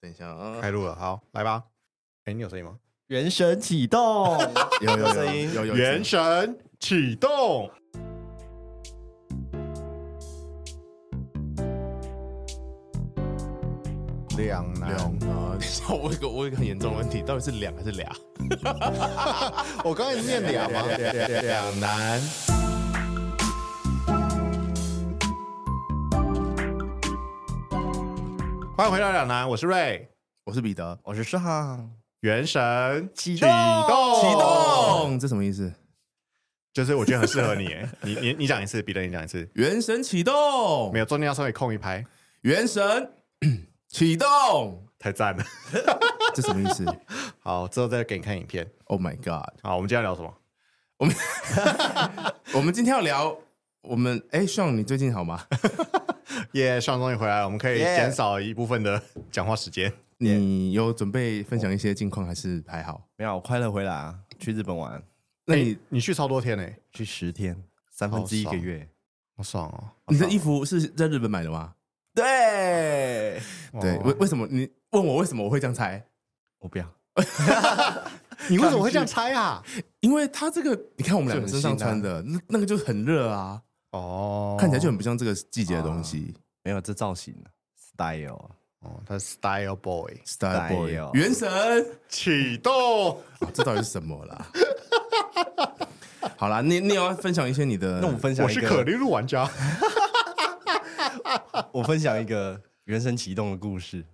等一下啊，开录了，好，来吧。哎，你有声音吗？原神启动，有有 有声音有有有原神启动。两两 难，啊！等一下我有一个我有一个很严重的问题， 到底是两还是俩？ 我刚才念两吗？两难。欢迎回到两难，我是瑞。我是彼得，我是尚，原神启动动，启，动，这什么意思？就是我觉得很适合你。哎你你你讲一次，彼得你讲一次，原神启动没，有中间要稍微空一拍，原神 启动，太赞了。 这什么意思好，之后再给你看影片。 ？Oh my god！好，我们今天要聊什么？我们今天要聊我们哎，尚，你最近好 吗？耶，上终于回来了，我们可以 Yeah 减少一部分的 讲话时间。你有准备分享一些近况还是还好？没有我快乐回来啊，去日本玩，那你你去超多天呢、去十天，三分之一好个爽月，好爽哦！你的衣服是在日本买的吗？对，对，为为什么你问我为什么我会这样猜？我不要，你为什么会这样猜啊？因为它这个，你看我们两个身上就很穿辛的，那那个就很热啊，哦，看起来就很不像这个季节的东西。没有这造型啊，style 啊哦，他是 Style Boy Star Boy，哎呦原神、啊，启动。这到底是什么啦？ 好啦，你你也要分享一些你的，那我分享我一是个，可丽露玩家， 我分享一个原神启动的故 事。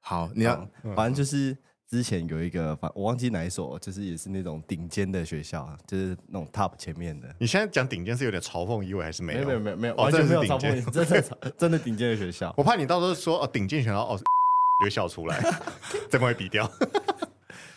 好，你要嗯反正就是之前有一个，反我忘记哪一所，就是也是那种顶尖的学校啊，就是那种 top 前面的。 你现在讲顶尖是有点嘲讽意味还是没没有没有没有没有，哦完全没有真超的过是你，真的超真的顶尖的学校。我怕你到时候说哦顶尖选到哦， 就会笑出 来，再把你比掉。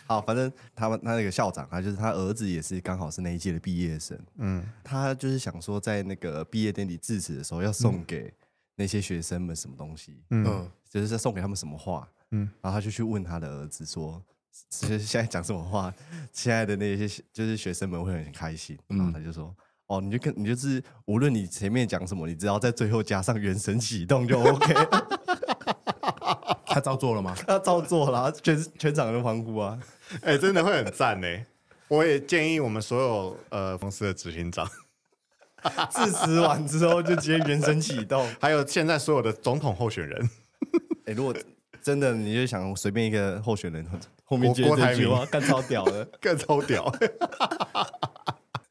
好，反正他们他那个校长，他就是他儿子也是刚好是那一届的毕业生，嗯，他就是想说在那个毕业典礼致辞的时候要送给那些学生们什么东西，嗯嗯，就是在送给他们什么话，嗯嗯，然后他就去问他的儿子说，就是现在讲什么话，亲爱的那些就是学生们会很开心，然嗯后他就说。哦，你就跟你就是，无论你前面讲什么，你只要在最后加上原神启动就 OK。 他照做了吗？他照做了，全全场都欢呼啊！哎、真的会很赞呢、我也建议我们所有呃公司的执行长，致辞完之后就直接原神启动。还有现在所有的总统候选人，哎、如果真的你就想随便一个候选人，后面郭接着郭台这句铭话，干超屌的。更超屌。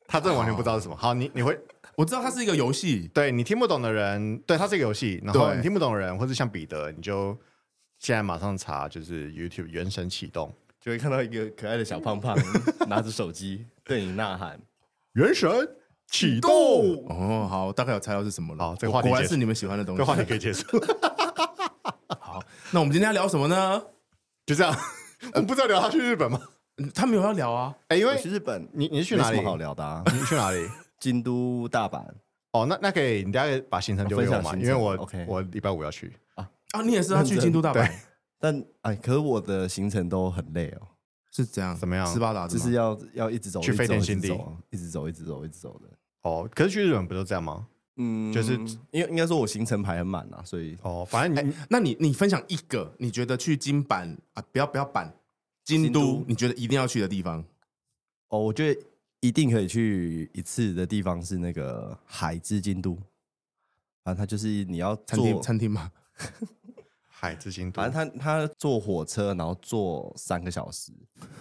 他真的完全不知道是什么。好，你你会我知道它是一个游戏，对你听不懂的人，对它是一个游戏，然后对你听不懂的人，或者像彼得，你就现在马上查，就是 YouTube 原神启动，就会看到一个可爱的小胖 胖拿着手机对你呐喊。原神启动，哦，好，大概有猜到是什么了。哦好这个话题果然结束是你们喜欢的东这话题西。可以结 束，好，那我们今天要聊什么呢？就这样。我们不知道聊他去日本吗？嗯他们有要聊啊，哎，因我为去日本，你你是去没哪什里？么？好聊的啊你去哪里？京都、大阪 哦，那那可以，你等下把哦行程丢给我分享嘛，行因程为我 OK 我礼拜五要去。啊，你也是要去京都大阪对，但哎，可是我的行程都很累哦，是这样？ 怎么样斯巴达的就吗是要要一直走，去一直走飞天新地一直走啊一直走，一直走，一直走的。哦，可是去日本不都这样吗？嗯，就是因为应该说我行程排很满啊，所以哦，反正你那你你分享一个你觉得去金板啊，不要不要板，京京都都你觉得一定要去的地方？哦，我觉得一定可以去一次的地方是那个海之京都，反正它就是你要餐厅坐，餐厅吗？海之京都反正它它坐火车，然后坐三个小时，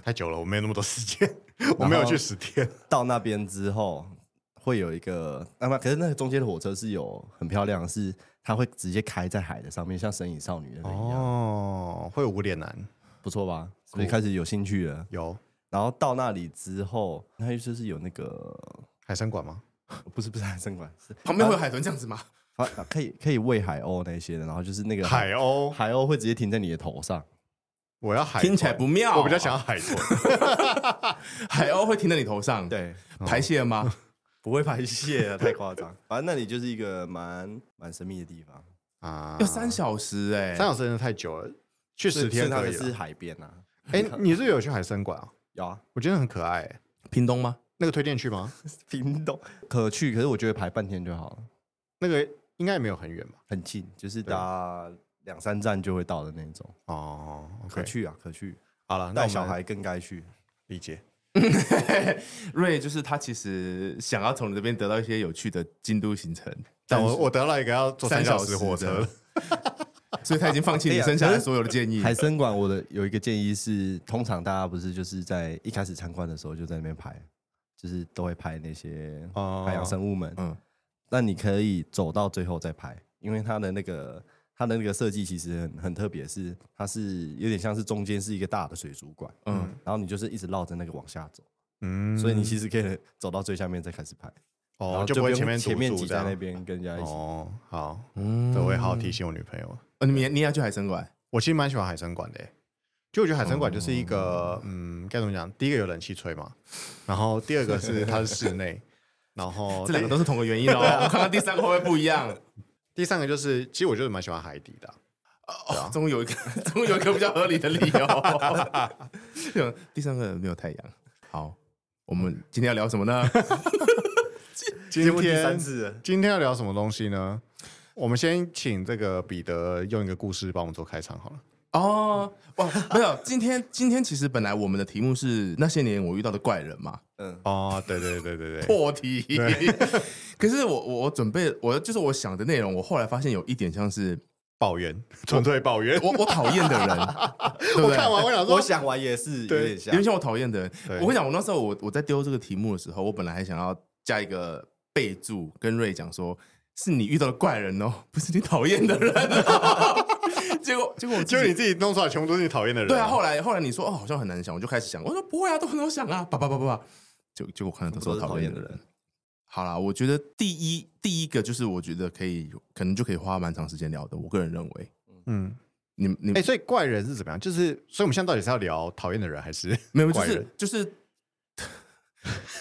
太久了，我没有那么多时 间，我没有去十天。到那边之后会有一个，那么可是那个中间的火车是有很漂亮的是，它会直接开在海的上面，像神隐少女那边一样，哦，会有无脸男，不错吧？所以开始有兴趣了。有然后到那里之后，它就是有那个海参馆吗？不是不是海参馆，是旁边会有海豚这样子吗？反啊可以可以喂海鸥那些的，然后就是那个海鸥，海鸥会直接停在你的头上，我要海豚，听起来不妙啊我比较想要海豚。 海鸥会停在你头上，，对，排泄嗯吗？不会排泄啊，太夸张。 反正那里就是一个蛮蛮神秘的地方， 啊要三小时哎，三小时真的太久了，去所十以所以天它可以就是了。海边啊，哎，你是不是有去海参馆啊？有啊，我觉得很可爱欸，屏东吗？那个推荐去吗？屏东可去，可是我觉得排半天就好了，那个应该也没有很远吧？很近，就是搭两三站就会到的那种，哦可，OK，去啊，可去，好了，带那我小们孩更该去。理解，瑞就是他其实想要从你这边得到一些有趣的京都行程，但我我得到一个要坐三三小小时时火这车样了，所以他已经放哎弃你对啊生下可来是所有的建 议。海参馆，我的有一个建议是，通常大家不是就是在一开始参观的时候就在那边拍，就是都会拍那些 哦海洋生物们。嗯嗯，那你可以走到最后再拍，因为它的那个它的那个设计其实很很特别，是它是有点像是中间是一个大的水族馆，嗯，然后你就是一直绕着那个往下走，嗯，所以你其实可以走到最下面再开始拍，然哦后就不会用前面前面堵挤住这在样那边跟人家一起。哦，好，嗯，我会好好提醒我女朋友。哦，你明你也要去海参馆？我其实蛮喜欢海参馆的欸，就我觉得海参馆就是一个，嗯，该怎么讲？第一个有冷气吹嘛，然后第二个是它是室内，然 后这两个第都是同个原因哦。 我看看第三个会不会不一样。第三个就是，其实我就是蛮喜欢海底的啊，哦，终于有一个， 终于有一个比较合理的理 由。第三个没有太阳。好，我们今天要聊什么呢？今第三天次了，今天要聊什么东西呢？我们先请这个彼得用一个故事帮我们做开场好了。 哦，哇，没有，今天今天其实本来我们的题目是那些年我遇到的怪人嘛，嗯，哦，对对对对对，破题。 可是我我我准备我就是我想的内容，我后来发现有一点像是 抱怨，纯粹抱怨。我我讨厌的 人，对不我对看？完我想说我，想玩也是有对点有像点，像我讨厌的人。对我跟你讲，我那时候我我在丢这个题目的时候，我本来还想要加一个备注，跟瑞讲说，是你遇到的怪人哦，不是你讨厌的人、哦。结果结果我自己就你自己弄出来，全部都是你讨厌的人。对啊，后来后来你说哦，好像很难想，我就开始想，我说不会啊，都很好想啊，叭叭叭叭叭，就结果看到都是都我是讨讨厌厌的的人人。。好啦，我觉得第一第一个就是我觉得可以，可能就可以花蛮长时间聊的。我个人认为，嗯，你你哎、所以怪人是怎么样？就是，所以我们现在到底是要聊讨厌的人，还是 没有，就怪是人？就是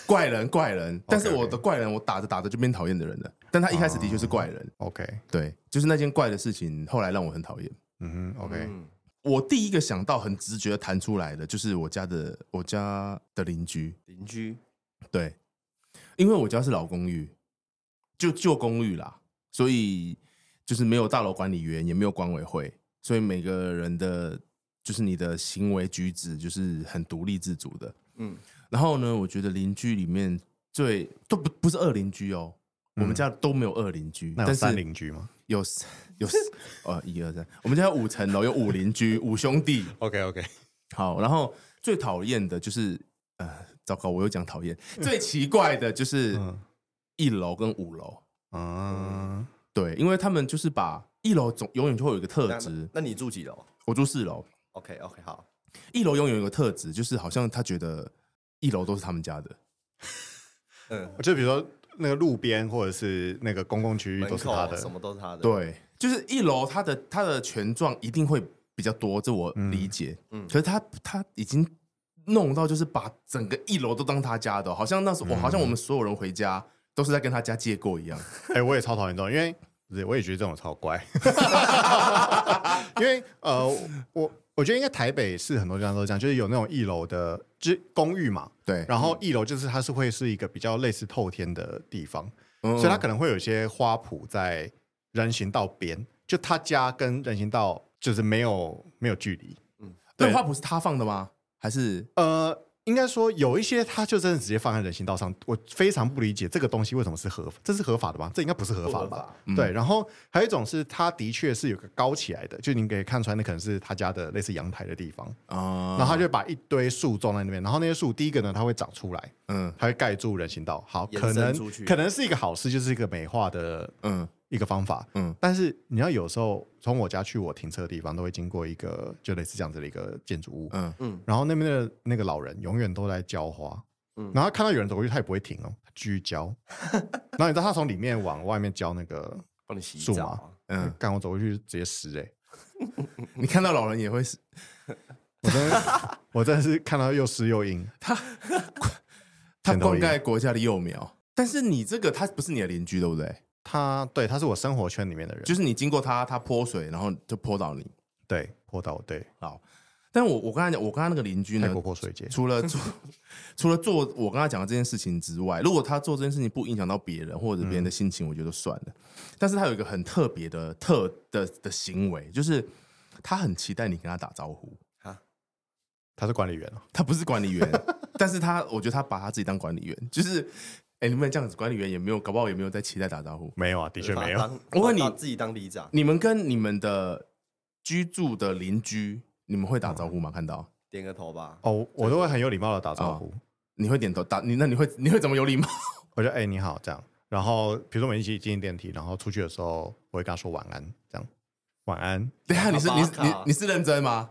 怪人怪人，但是我 OK，OK 的怪人我打着打着就变讨厌的人了。但他一开始的哦确是怪人， OK，对，就是那件怪的事情，后来让我很讨厌。嗯哼，OK，嗯我第一个想到很直觉地弹出来的就是我家的我家的邻居，邻居，对，因为我家是老公寓，就旧公寓啦，所以就是没有大楼管理员，也没有管委会，所以每个人的就是你的行为举止就是很独立自主的。嗯，然后呢，我觉得邻居里面最都不不是恶邻居哦，我们家都没有恶邻居，嗯那有但是三邻居吗有三有四呃一二三，我们家有五层楼，有五邻居，五兄弟。 ？OK OK，好，然后最讨厌的就是呃，糟糕，我又讲讨厌。最奇怪的就是嗯一楼跟五楼，嗯啊，对，因为他们就是把一楼总永远就会有一个特那质，那你住几楼我住四楼， ？OK OK 好，一楼永远有一个特质，就是好像他觉得一楼都是他们家的，嗯，就比如说那个路边或者是那个公共区域门都是口啊他的，什么都是他的，对，就是一楼它的它的权状一定会比较多，这我理解。嗯可是他他已经弄到就是把整个一楼都当他家的哦、好像那时嗯候、我好像我们所有人回家都是在跟他家借过一样。哎、我也超讨厌这种，因为不是，我也觉得这种超 乖。因为呃，我我觉得应该台北市很多地方都这样，就是有那种一楼的，就是公寓嘛，对，然后一楼就是它是会是一个比较类似透天的地方，嗯所以它可能会有一些花圃在人行道边，就他家跟人行道就是没有没有距离。那对花圃是他放的吗？还是呃，应该说有一些它就真的直接放在人行道上，我非常不理解这个东西为什么是合法，这是合法的吗？这应该不是合不法合吧？法嗯对，然后还有一种是它的确是有个高起来的，就你可以看出来那可能是他家的类似阳台的地方，啊？然后他就把一堆树种在那边，然后那些树第一个呢它会长出来，嗯它会盖住人行道，好，延可伸能出去可能是一个好事，就是一个美化的嗯一个方法。嗯但是你要有时候从我家去我停车的地方，都会经过一个就类似这样子的一个建筑物，嗯然后那边的那个老人永远都在浇花，嗯然后他看到有人走过去，他也不会停哦，他继续浇。 然后你知道他从里面往外面浇那个帮你洗树澡嘛啊。嗯，干我走过去直接湿哎、欸！你看到老人也会是我真的，我真的是看到又湿又硬。他全都灌一样溉国家的幼苗，但是你这个他不是你的邻居，对不对？他对，他是我生活圈里面的人，就是你经过他，他泼水，然后就泼到你。对，泼到我对，好，但我我刚才讲，我刚刚那个邻居泰呢国，泼水节，除了 做 除了做我刚才讲的这件事情之外，如果他做这件事情不影响到别人或者别人的嗯心情，我觉得就算了。但是他有一个很特别的特的的行为，就是他很期待你跟他打招呼。他是管理员哦，他不是管理员， 但是他我觉得他把他自己当管理员，就是哎、你们这样子，管理员也没有，搞不好也没有在期待打招呼。没有啊，的确没有。当我问你把自己当里长，你们跟你们的居住的邻居，你们会打招呼吗？看到点个头吧。 哦，我都会很有礼貌的打招呼，你会点头打你，那你会你会怎么有礼貌？我就哎、你好这样，然后比如说我们一起进电梯，然后出去的时候，我会跟他说晚安这样，晚安，等一下你是你卡你卡你是认真吗？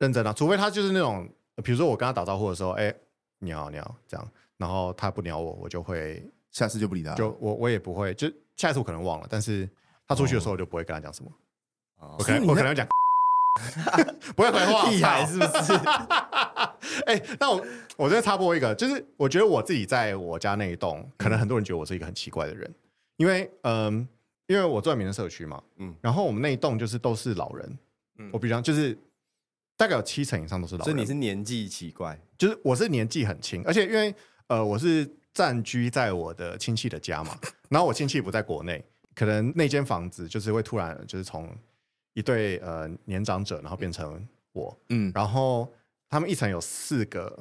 认真啊，除非他就是那种，呃比如说我跟他打招呼的时候，哎、你好你好这样，然后他不鸟我，我就会下次就不理他了。啊就我我也不会，就下一次我可能忘了，但是他出去的时候我就不会跟他讲什么，哦我可所以能你我在可能会讲， 不会回 话，屁孩是不是？ 哎、那我我再插播一个，就是我觉得我自己在我家那一栋，可能很多人觉得我是一个很奇怪的人，因为嗯，因为我住在民生社区嘛，嗯嗯，然后我们那一栋就是都是老人，嗯我比方就是大概有七成以上都是老所人，以你是年纪奇怪，就是我是年纪很轻，而且因为呃我是暂居在我的亲戚的家嘛，然后我亲戚不在国内，可能那间房子就是会突然呃就是从一对呃年长者，然后变成我， 嗯，然后他们一层有四个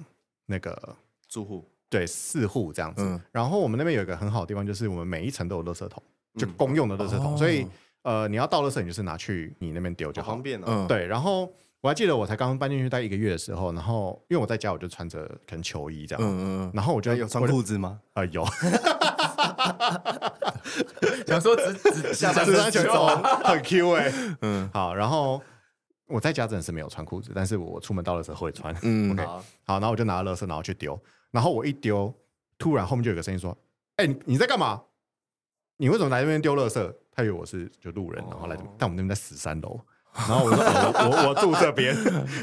那个住户对四户这样子。嗯然后我们那边有一个很好的地方，就是我们每一层都有垃圾桶，就公用的垃圾桶，哦所以呃你要倒垃圾，你就是拿去你那边丢就好好。方便哦。嗯，对，然后我还记得我才刚搬进去待一个月的时候，然后因为我在家我就穿着可能球衣这样，嗯嗯然后我就有穿裤子吗？啊、呃、 有，嗯，想说只只下半只身 穿球失衣踪很 Q 哎、哦嗯好，然后我在家真的是没有穿裤子，但是我出门到的时候会穿。嗯 OK 好，好，然后我就拿了垃圾，然后去丢，然后我一丢，突然后面就有个声音说：“哎、你你在干嘛？你为什么来这边丢垃圾？”他以为我是就路人，然后来哦这边，但我们那边在十三楼，然后我说：“哦、我我我住这边。”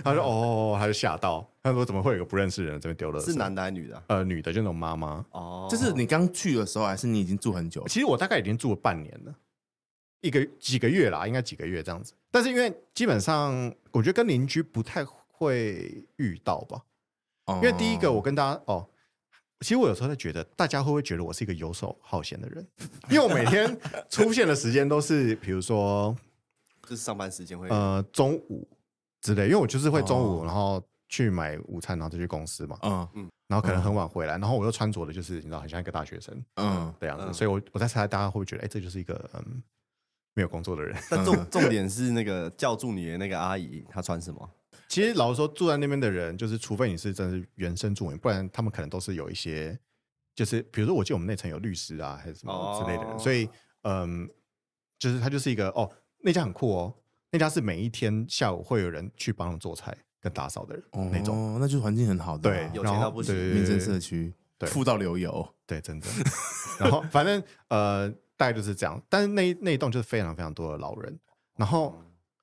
他说：“哦，他就吓到，他说怎么会有个不认识的人在这边丢垃圾？是男的还是女的啊？呃女的就那种妈妈。哦，这是你刚去的时候，还是你已经住很久了？其实我大概已经住了半年了，一个几个月啦，应该几个月这样子。但是因为基本上，我觉得跟邻居不太会遇到吧。因因为第一个，我跟大家哦，其实我有时候在觉得，大家会不会觉得我是一个游手好闲的人？因为我每天出现的时间都是，比如说就是上班时间会呃中午之类，因为我就是会中午，哦然后去买午餐，然后再去公司嘛，嗯然后可能很晚回来，然后我又穿着的就是你知道，很像一个大学生嗯的样子，嗯所以我我在猜大家会不会觉得，哎，这就是一个嗯没有工作的人。但重重点是那个叫住你的那个阿姨，她穿什么？其实老实说，住在那边的人，就是除非你是真的是原生住民，不然他们可能都是有一些，就是比如说，我记得我们那层有律师啊，还是什么之类的人，哦所以嗯，就是他就是一个哦，那家很酷哦，那家是每一天下午会有人去帮忙做菜跟打扫的人、哦那种，，那就是环境很好的对啊，，有然钱后到不行对民生社区对富到流油。对，真的。 然后反正呃，大概就是这样。但是那一那一栋就是非常非常多的老人。然后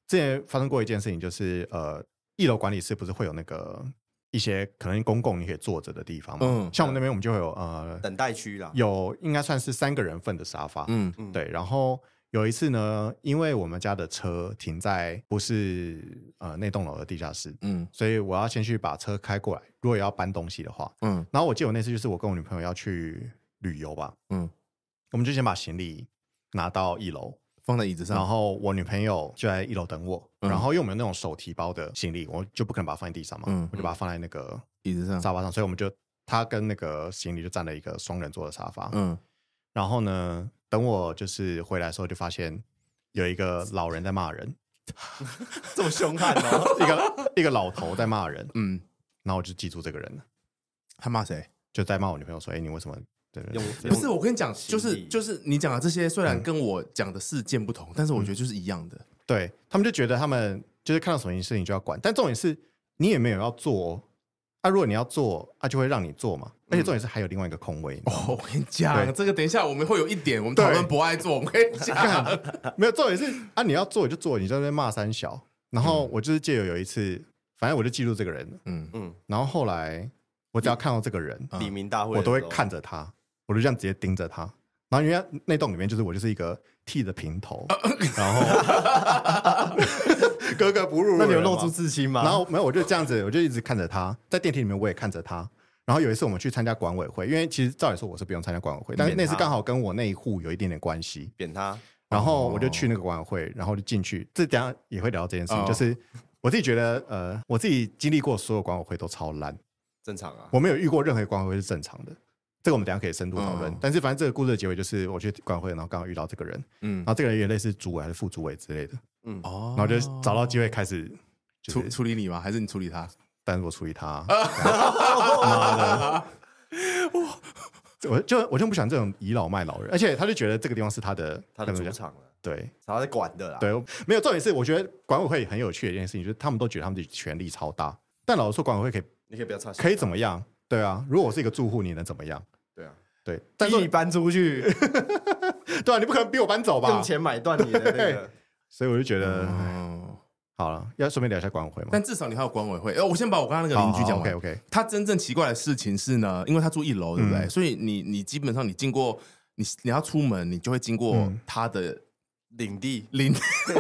之前发生过一件事情，就是呃，一楼管理室不是会有那个一些可能公共你可以坐着的地方嘛？嗯像我们那边我们就会有呃，等待区啦。有应该算是三个人份的沙发。嗯嗯对，然后。有一次呢，因为我们家的车停在不是呃那栋楼的地下室，嗯所以我要先去把车开过来。如果要搬东西的话，嗯然后我记得我那次就是我跟我女朋友要去旅游吧，嗯，我们就先把行李拿到一楼，放在椅子上，然后我女朋友就在一楼等我，嗯然后因为我们有那种手提包的行李，我就不可能把它放在地上嘛，嗯我就把它放在那个椅子上，沙发上，所以我们就她跟那个行李就占了一个双人座的沙发，嗯然后呢，等我就是回来的时候就发现有一个老人在骂 人，，这么凶悍哦 一个一个老头在骂人，嗯，然后我就记住这个人了，他骂谁？就在骂我女朋友说：“哎，你为什么？”对对用对不是，我跟你讲，行就是李就是你讲的这些，虽然跟我讲的事件不同，但是我觉得就是一样的。对他们就觉得他们就是看到什么事情就要管，但重点是你也没有要做、哦，啊，如果你要做，啊就会让你做嘛，而且重点是还有另外一个空位，哦，我跟你对讲，这个等一下我们会有一点，我们讨论对不爱做，我 们可以讲。没有重点是啊你要做你就做，你在那边骂三小，然后我就是借由有一次，反正我就记录这个人了，嗯，嗯，然后后来我只要看到这个人，嗯李明大会我都会的时候看着他，我就这样直接盯着他，然后因为那栋里面就是我就是一个剃着平头，然后格格不入入人那嘛。你有露出自信吗？然后没有，我就这样子，我就一直看着他，在电梯里面我也看着他。然后有一次我们去参加管委会，因为其实照理说我是不用参加管委会，啊但是那次刚好跟我那一户有一点点关哦系。扁他，然后我就去那个管委会，然后就进去。这等一下也会聊到这件事情，哦就是我自己觉得，呃，我自己经历过所有管委会都超烂，正常啊。我没有遇过任何管委会是正常的。这个我们等一下可以深度讨论。嗯但是反正这个故事的结尾就是我去管委会，然后刚好遇到这个人，嗯然，后这个人也类似主委还是副主委之类的，嗯，哦然后就找到机会开始。就处是处理你吗？还是你处理他？但是我处理他，妈的，我就我就不喜欢这种倚老卖老人，而且他就觉得这个地方是他的他的怎么主讲场了，对他在管的啦。对，没有重点是，我觉得管委会很有趣的一件事情，就是他们都觉得他们的权力超大，但老实说，管委会可以你可以不要插手。可以怎么样？对啊，如果我是一个住户，你能怎么样？对啊，对，但但是是你搬出去，对啊，你不可能逼我搬走吧用？钱买断你的那个。所以我就觉得、嗯，好了，要顺便聊一下管委会嘛。哦但至少你还有管委会。哎，我先把我刚刚那个邻居讲完 OK。OK，他真正奇怪的事情是呢，因为他住一楼，对嗯不对？所以你你基本上你经过你你要出门，你就会经过嗯他的领地邻，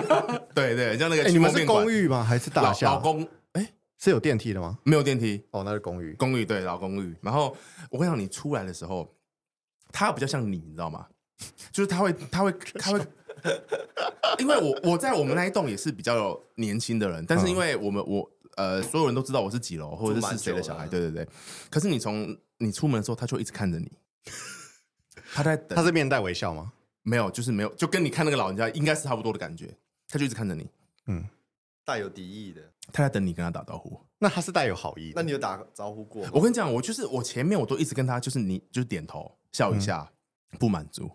对对，像那个哎、你清们风是面馆公寓吗？还是大老厦？老公哎是有电梯的吗？没有电梯，哦，那是公寓。公寓对老公寓。然后我跟你讲，你出来的时候，他比较像你，你知道吗？ 就是他会他会他 会，因为我我在我们那一栋也是比较年轻的人，但是因为我们我呃所有人都知道我是几楼或者住是蛮是谁的久小孩，了对对对。可是你从你出门的时候，他就一直看着你， 他在等他，是面带微笑吗？没有就是没有，就跟你看那个老人家应该是差不多的感觉，他就一直看着你，嗯，带有敌意的，他在等你跟他打招呼。那他是带有好意的。那你有打招呼过吗？我跟你讲，我就是我前面我都一直跟他就是你就是点头笑一下，不满足，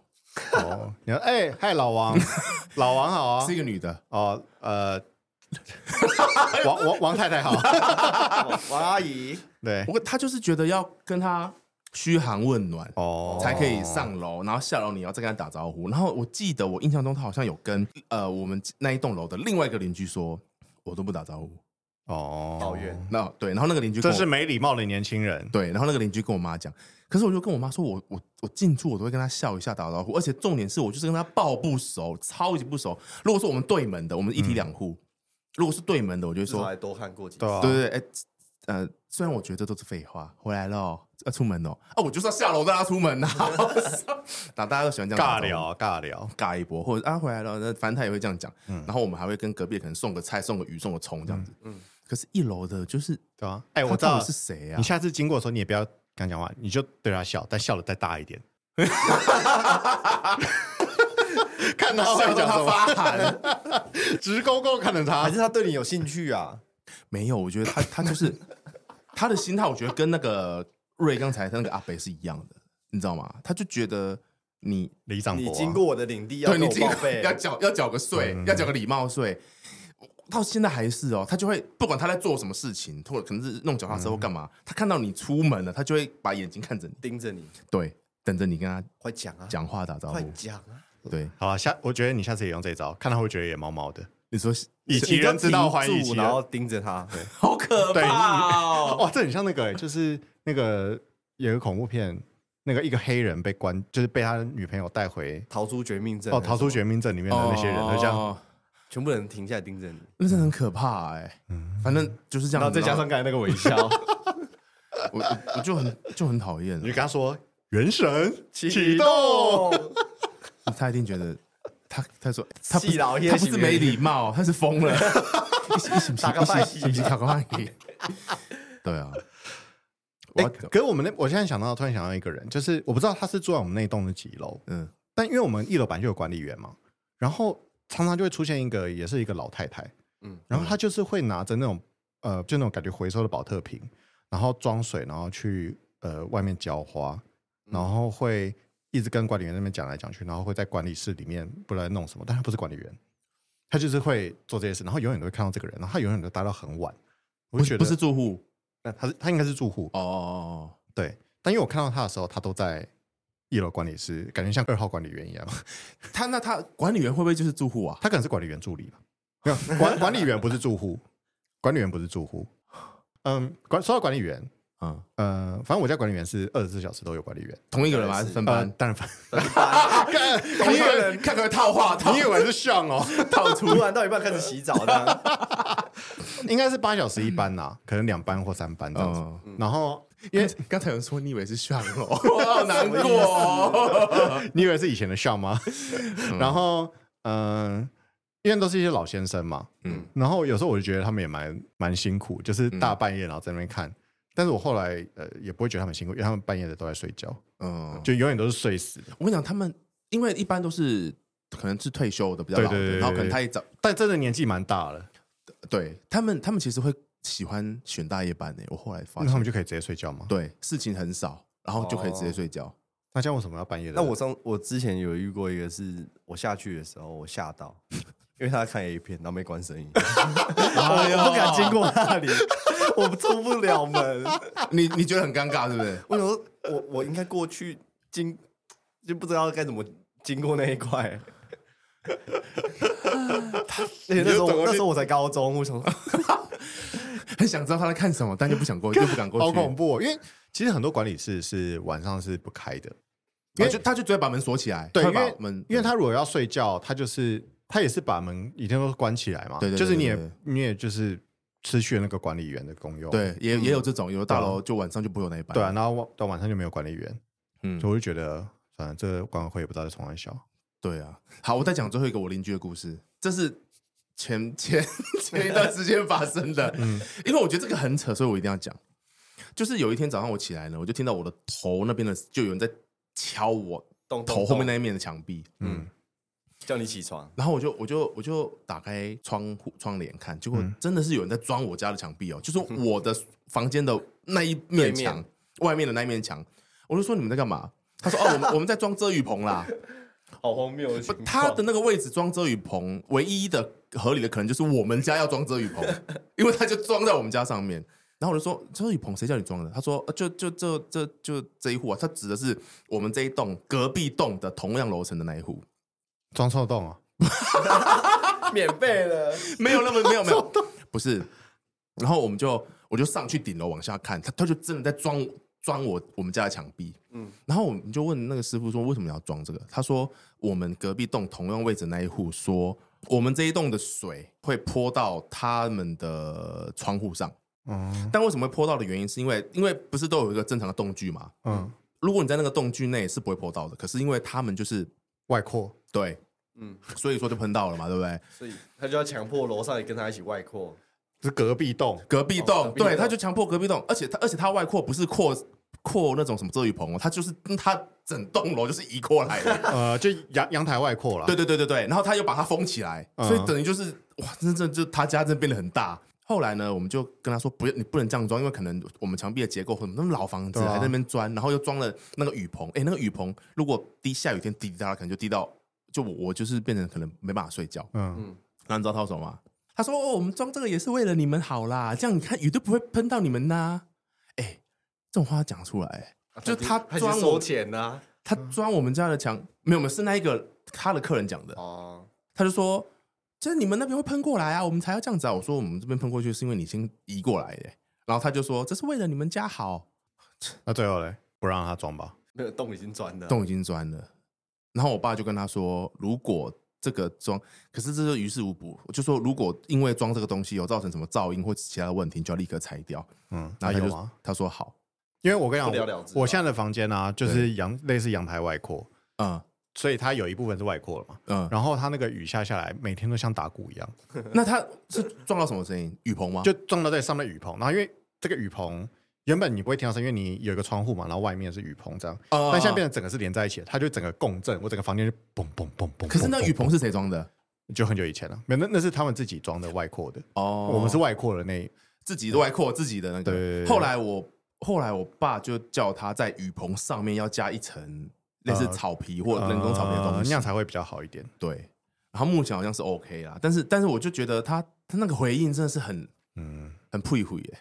哦，你说哎，嗨、老 王，老王好啊是一，个女的。哦呃，王王王太 太好，王王阿姨，对，我他就是觉得要跟他嘘寒问暖。哦才可以，上楼，然后下楼你要再跟他打招呼。然后我记得我印象中他好像有跟呃我们那一栋楼的另外一个邻居说，我都不打招呼。哦，抱怨那对，然后那个邻居跟我这是没礼貌的年轻人，对，然后那个邻居跟我妈讲，可是我就跟我妈说，我我我进出我都会跟他笑一下打招呼，而且重点是我就是跟他爆不熟，超级不熟。如果是我们对门的，我们一梯两嗯户，如果是对门的，我就会至少说还多看过几次对。啊，对对，对哎、呃，虽然我觉得都是废话，回来了、哦，要出门哦，啊，我就是要下楼带他出门 呐、啊，那大家都喜欢这样尬打招呼聊尬聊，尬一波，或者啊回来了，那反正他也会这样讲，嗯然后我们还会跟隔壁可能送个菜、送个鱼、送个葱这样子，嗯，嗯可是一楼的就是，对啊，哎，哎我知道是谁啊你？下次经过的时候，你也不要跟他讲话，你就对他笑，但笑的再大 一点，看他哦会笑到讲什他么，发哎寒，直勾勾看着他还是，他对你有兴趣啊？没有，我觉得他他就是他的心态，我觉得跟那个瑞刚才他那个阿北是一样的，你知道吗？他就觉得你李长博你啊，经过我的领地要对跟我你今报天备， 嗯要缴要缴个税，要缴个礼貌税。到现在还是哦，他就会不管他在做什么事情，或者可能是弄脚踏车或嗯干嘛，他看到你出门了，他就会把眼睛看着你，盯着你，对，等着你跟他快讲啊，讲话打招快呼。讲啊！对，好了，下我觉得你下次也用这招，看他会觉得也毛毛的，你哦说以其你就人之道还停以住其人然后盯着他，对，好可对怕哦！哇，这很像那个欸、就是那个有个恐怖片，那个一个黑人被关，就是被他女朋友带回逃出绝命镇哦《逃出那种绝命镇》里面的那些人，就这样。哦全部人停下来盯着你，那真的很可怕哎。反正就是这嗯然后样子，再加上刚才那个微 笑，然后我我我就很就很讨 厌你，就跟他说：“元神启动。动，他一定觉得他他说他不细老爷他不是行没员礼貌，他是 疯了。一起一起一起打个拜一起一起打 个拜对啊，”我哎、要可是我们那，我现在想到，突然想到一个人，就是我不知道他是住在我们那一栋的几楼，嗯但因为我们一楼本来就有管理员嘛，然后常常就会出现一个，也是一个老太太，嗯，然后她就是会拿着那种呃，就那种感觉回收的保特瓶，然后装水，然后去呃外面浇花，嗯然后会一直跟管理员那边讲来讲去，然后会在管理室里面不知道在弄什么，但她不是管理员，她就是会做这些事，然后永远都会看到这个人，然后她永远都待到很晚，不我就是觉得不是住户那她是她应该是住户，哦哦对，但因为我看到她的时候，她都在一楼管理室，感觉像二号管理员一样。哦，他那他管理员会不会就是住户啊？他可能是管理员助理吧？没有管管理员不是住户，管理员不是住户。嗯，管说到管理员，嗯，呃，反正我家管理员是二十四小时都有管理员，同一个人吗？还是分呃班，？但凡 看呃同一个人，看个套话套你以为是像哦，套出突然到一半开始洗澡的，应该是八小时一班呐，可能两班或三班这样子。嗯然后因为刚才有人说你以为是炫哦， 我好难过 哦。你以为是以前的像吗？然后嗯，因为都是一些老先生嘛，嗯然后有时候我就觉得他们也蛮蛮辛苦，就是大半夜然后在那边看。但是我后来呃也不会觉得他们辛苦，因为他们半夜的都在睡觉，嗯，就永远都是睡死的。我跟你讲，他们因为一般都是可能是退休的比较老对对的，对然后可能太早，但真的年纪蛮大嗯了，对他们他们其实会喜欢选大夜班诶。我后来发那他们现，就可以直接睡觉吗？对事情很少，然后就可以哦直接睡觉。那这样为什么要半夜的？ 那我上我之前有遇过一个是，我下去的时候我吓到，因为他在看 A 片，然后没关 声音，哎我啊我不敢经过那里，我出不了门。你你觉得很尴尬是不是？我想说，我我应该过去经，就不知道该怎么经过那一块。 而且那时候我那时候我才高中，我 想说，很想知道他在看什么，但又不 想过，又不敢过去。好恐怖、哦，因为其实很多管理室是晚上是不开的，因为就他就直接把门锁起来，对，他因会把为门，因为他如果要睡觉，他就是他也是把门一天都关起来嘛，对对对就是对你也对你也就是失去了那个管理员的功用，对也也有这种，有的大楼就晚上就不会有那一班。嗯对啊，然后晚到晚上就没有管理员，嗯所以我就觉得，反正这个管委会也不知道在从哪里笑，对啊，好，我再讲最后一个我邻居的故事，这是前前前一段时间发生的，因为我觉得这个很扯，所以我一定要讲。就是有一天早上我起来呢，我就听到我的头那边的就有人在敲我咚咚头后面咚那一面的墙壁，嗯，叫你起床，然后我就我就我就打开窗户窗帘看，结果真的是有人在装我家的墙壁哦，就是我的房间的那一对面面墙，外面的那一面墙，我就说你们在干嘛？他说哦，我们我们在装遮雨棚啦。好荒谬的情不况他 的那个位置装遮雨棚，唯一的合理的可能就是我们家要装遮雨棚，因为他就装在我们家上面。然后我就说遮雨棚谁叫你装的？他说呃就就这这就这一户啊，他指的是我们这一栋隔壁栋的同样楼层的那一户，装臭洞啊，免费的， 没有那么没有没有，不是。然后我们就我就上去顶楼往下看，他他就真的在装装我我们家的墙壁，嗯。然后我们就问那个师傅说为什么要装这个？他说我们隔壁栋同样位置那一户说我们这一栋的水会泼到他们的窗户上，嗯但为什么会泼到的原因是因为因为不是都有一个正常的洞距嘛？嗯，如果你在那个洞距内是不会泼到的，可是因为他们就是外扩，对，嗯，所以说就喷到了嘛，对不对？所以他就要强迫楼上也跟他一起外扩，是隔壁 栋，隔壁哦栋，隔壁栋对，他就强迫隔壁栋，而且他而且他外扩不是扩扩那种什么遮雨棚哦，他就是他整栋楼就是移过来 的，呃，就阳阳台外扩了，对对对对对，然后他又把它封起来，嗯所以等于就是哇，真正就他家真的变得很大。后来呢，我们就跟他说，不要你不能这样装，因为可能我们墙壁的结构或者那么老房子对啊还在那边钻，然后又装了那个雨棚，哎，那个雨棚如果滴下雨天滴滴答答，可能就滴到就我我就是变成可能没办法睡觉。嗯，嗯，然后你知道他说什么吗？他说：“哦，我们装这个也是为了你们好啦，这样你看雨都不会喷到你们呐。”哎，这种话讲出来，就他他装去我收钱啊呐，他钻我们家的墙，没有没有，是那一个他的客人讲的，哦，他就说：“就是你们那边会喷过来啊，我们才要这样子啊。”我说：“我们这边喷过去是因为你先移过来的。”然后他就说：“这是为了你们家好，那最后嘞，不让他装吧，没有洞已经钻了，洞已经钻了。”然后我爸就跟他说：“如果这个装，可是这就于事无补。我就说，如果因为装这个东西有造成什么噪音或其他的问题，你就要立刻拆掉。”嗯，然那后他有就吗？他说好，因为我跟你不了讲，了我之吧我现在的房间啊，就是阳类似阳台外扩，嗯所以它有一部分是外扩了嘛。嗯，然后它那个雨下下来，每天都像打鼓一样，那他是撞到什么声音？雨棚吗？就撞到在上面的雨棚。然后因为这个雨棚原本你不会听到声音，因为你有一个窗户嘛，然后外面是雨棚这样。哦但现在变成整个是连在一起的，它就整个共振，我整个房间就嘣嘣嘣嘣。可是那嘣雨棚是谁装的？嘣就很久以前了，没有那那是他们自己装的外扩的，哦，我们是外扩的那自己外扩自己的那对对个。对后来我后来我爸就叫他在雨棚上面要加一层类似草皮或人工草皮的呃东啊那西样，才会比较好一点。对。然后目前好像是 OK 啦，但是但是我就觉得他他那个回应真的是很嗯，很佩服耶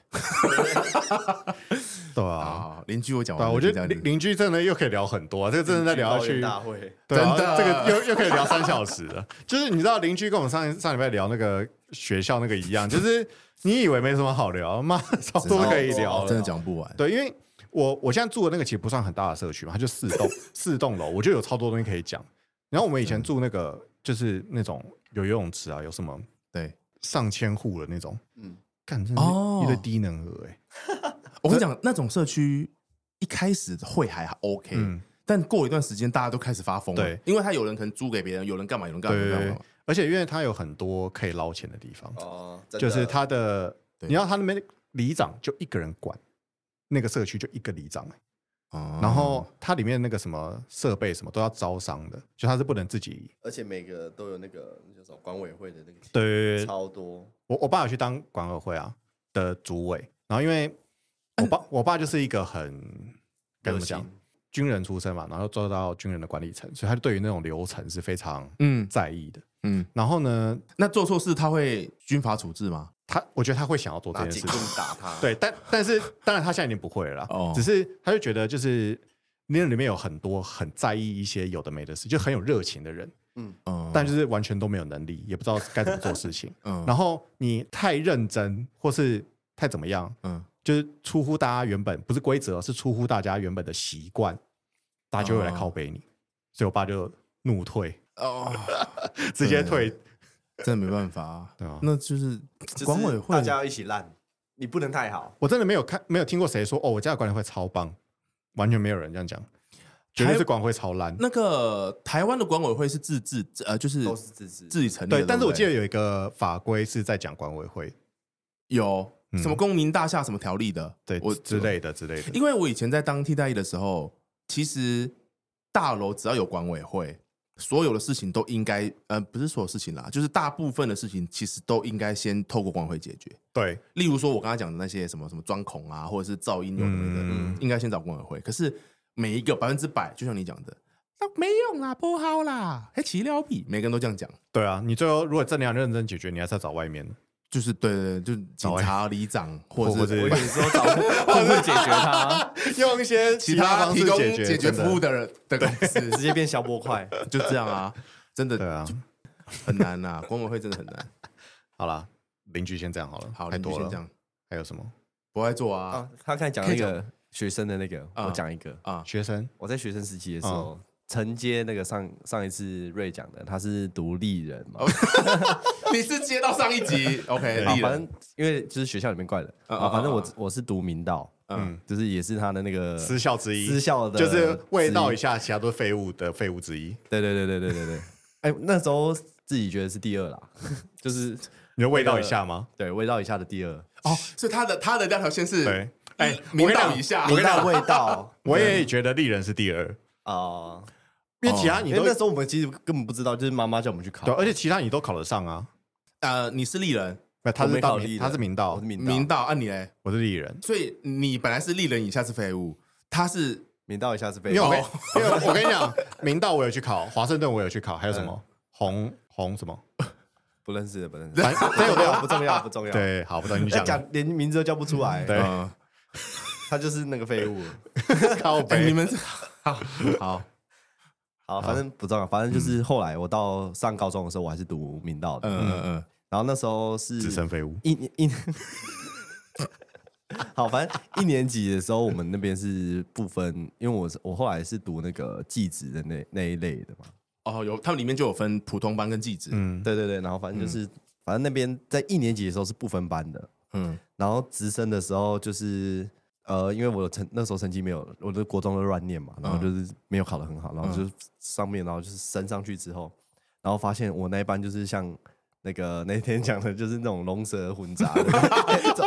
对啊，啊！邻居我讲对完啊，了，我觉就得这样邻子邻居真的又可以聊很多啊，这个真的再聊下举去报大会，对啊，真的这个又又可以 聊 三小时了。就是你知道，邻居跟我们上上礼拜聊那个学校那个一样，就是你以为没什么好聊？妈，超真的多可以聊了真的讲不完。对，因为我我现在住的那个其实不算很大的社区嘛，它就四 栋四栋楼，我就有超多东西可以讲。然后我嗯们以前住那个就是那种有游泳池啊，有什么对，上千户的那种，嗯嗯，干真的是哦一堆低能儿哎、我跟你讲，那种社区一开始会还 OK，、嗯但过一段时间大家都开始发疯了，对因为他有人可能租给别人，有人干嘛，有人干嘛，有人干对嘛，，而且因为它有很多可以捞钱的地方，哦，啊就是他的，对你知道他那边里长就一个人管。那个社区就一个里长、欸哦然后它里面那个什么设备什么都要招商的，就它是不能自己。而且每个都有那个那叫什么管委会的那个，对超多，我我爸有去当管委会啊的主委，然后因为我爸、我爸就是一个很该怎么讲热心，军人出身嘛，然后做到军人的管理层，所以他就对于那种流程是非常嗯在意的。嗯，然后呢，那做错事他会军法处置吗？他我觉得他会想要做这拿件警事棍情，打他， 对，但但是当然他现在已经不会了啦，哦只是他就觉得就是那里面有很多很在意一些有的没的事，就很有热情的人，嗯，但就是完全都没有能力，也不知道该怎么做事情。 嗯然后你太认真或是太怎么样，嗯，就是出乎大家原本不是规则，是出乎大家原本的习惯，大家就会来靠背你。所以我爸就怒退，哦，直接退。真的没办法、啊， 对啊那就是就是管委会大家要一起烂，你不能太好，我真的没有看，没有听过谁说哦，我家的管理会超棒，完全没有人这样讲，绝对是管委会超烂。那个台湾的管委会是自治，呃，就是都是自治，自己成立的。对，但是不我记得有一个法规是在讲管委会，有嗯什么公民大厦什么条例的，对，我之类的之类 的。因为我以前在当替代役的时候，其实大楼只要有管委会，所有的事情都应该，呃，不是所有事情啦，就是大部分的事情其实都应该先透过管委会解决。对，例如说，我刚才讲的那些什么什么钻孔啊，或者是噪音有的没的，嗯应该先找管委会。可是每一个百分之百，就像你讲的，那没用啦，不好啦，还奇了比，每个人都这样讲，对啊，你最后如果真的要认真解决，你还是要找外面的。就是对对对，就是警察、里长或哦哎者或者是是我有时候 找会不会解决它，用一些其他他方提式供解决解决真的服务的人的公司，直接变消波块。就这样啊，真的对啊，很难 呐、管委会真的很难。好啦，邻居先这样好了，好，太邻居多先了这。样，还有什么不爱做啊啊啊，他刚才讲那个学生的那个，啊我讲一个。学生？我在学生时期的时候，承接那个上上一次瑞讲的，他是独立人哦嘛，你是接到上一集 OK 啊 对啊丽反人正因为就是学校里面怪人啊啊，啊反正啊我啊我是读明道，嗯嗯，就是也是他的那个私校之一，呃私校的，就是味道一，下，其他都是废物的废物之一。对对对对对 对对。哎，那时候自己觉得是第二啦， 就是你的味道一下吗？对味道以下的第二，哦，所以他的他的那条线是对，哎，明我跟你道讲以下我跟你明道讲，味道我也觉得丽人是第二，啊，因为其他因你为都那时候我们其实根本不知道，就是妈妈叫我们去考对，，而呃且其他你都考得上啊。呃，你是丽人，那他我是没到考丽明，人他是明我道是，明明道，道啊按你嘞，我是丽人。所以你本来是丽人以下是废物，他是明道以下是被因为我跟因为我跟你讲，明道我有去考，华盛顿我有去考，还有什么嗯红红什么？ 不认识的不 认识的，反正这有不重没要有？不重要不重要，对，好，不知道你他讲哎讲连名字都叫不出来， 对嗯，他就是那个废物。靠哎你北， 们是好好好，反正不重要，嗯反正就是后来我到上高中的时候，我还是读明道的，嗯嗯嗯，然后那时候是只剩废物。一年一年。 好，反正一年级的时候，我们那边是不分，因为我是我后来是读那个技职的那那一类的嘛，哦有，他们里面就有分普通班跟技职，嗯， 对对对，然后反正就是，反正那边在一年级的时候是不分班的，嗯然后直升的时候就是呃，因为我的成那时候成绩没有，我的国中都乱念嘛，然嗯后就是没有考得很好，然后就上面，然后就是升上去之后，然后发现我那一班就是像那个那天讲的，就是那种龙蛇混杂的那种。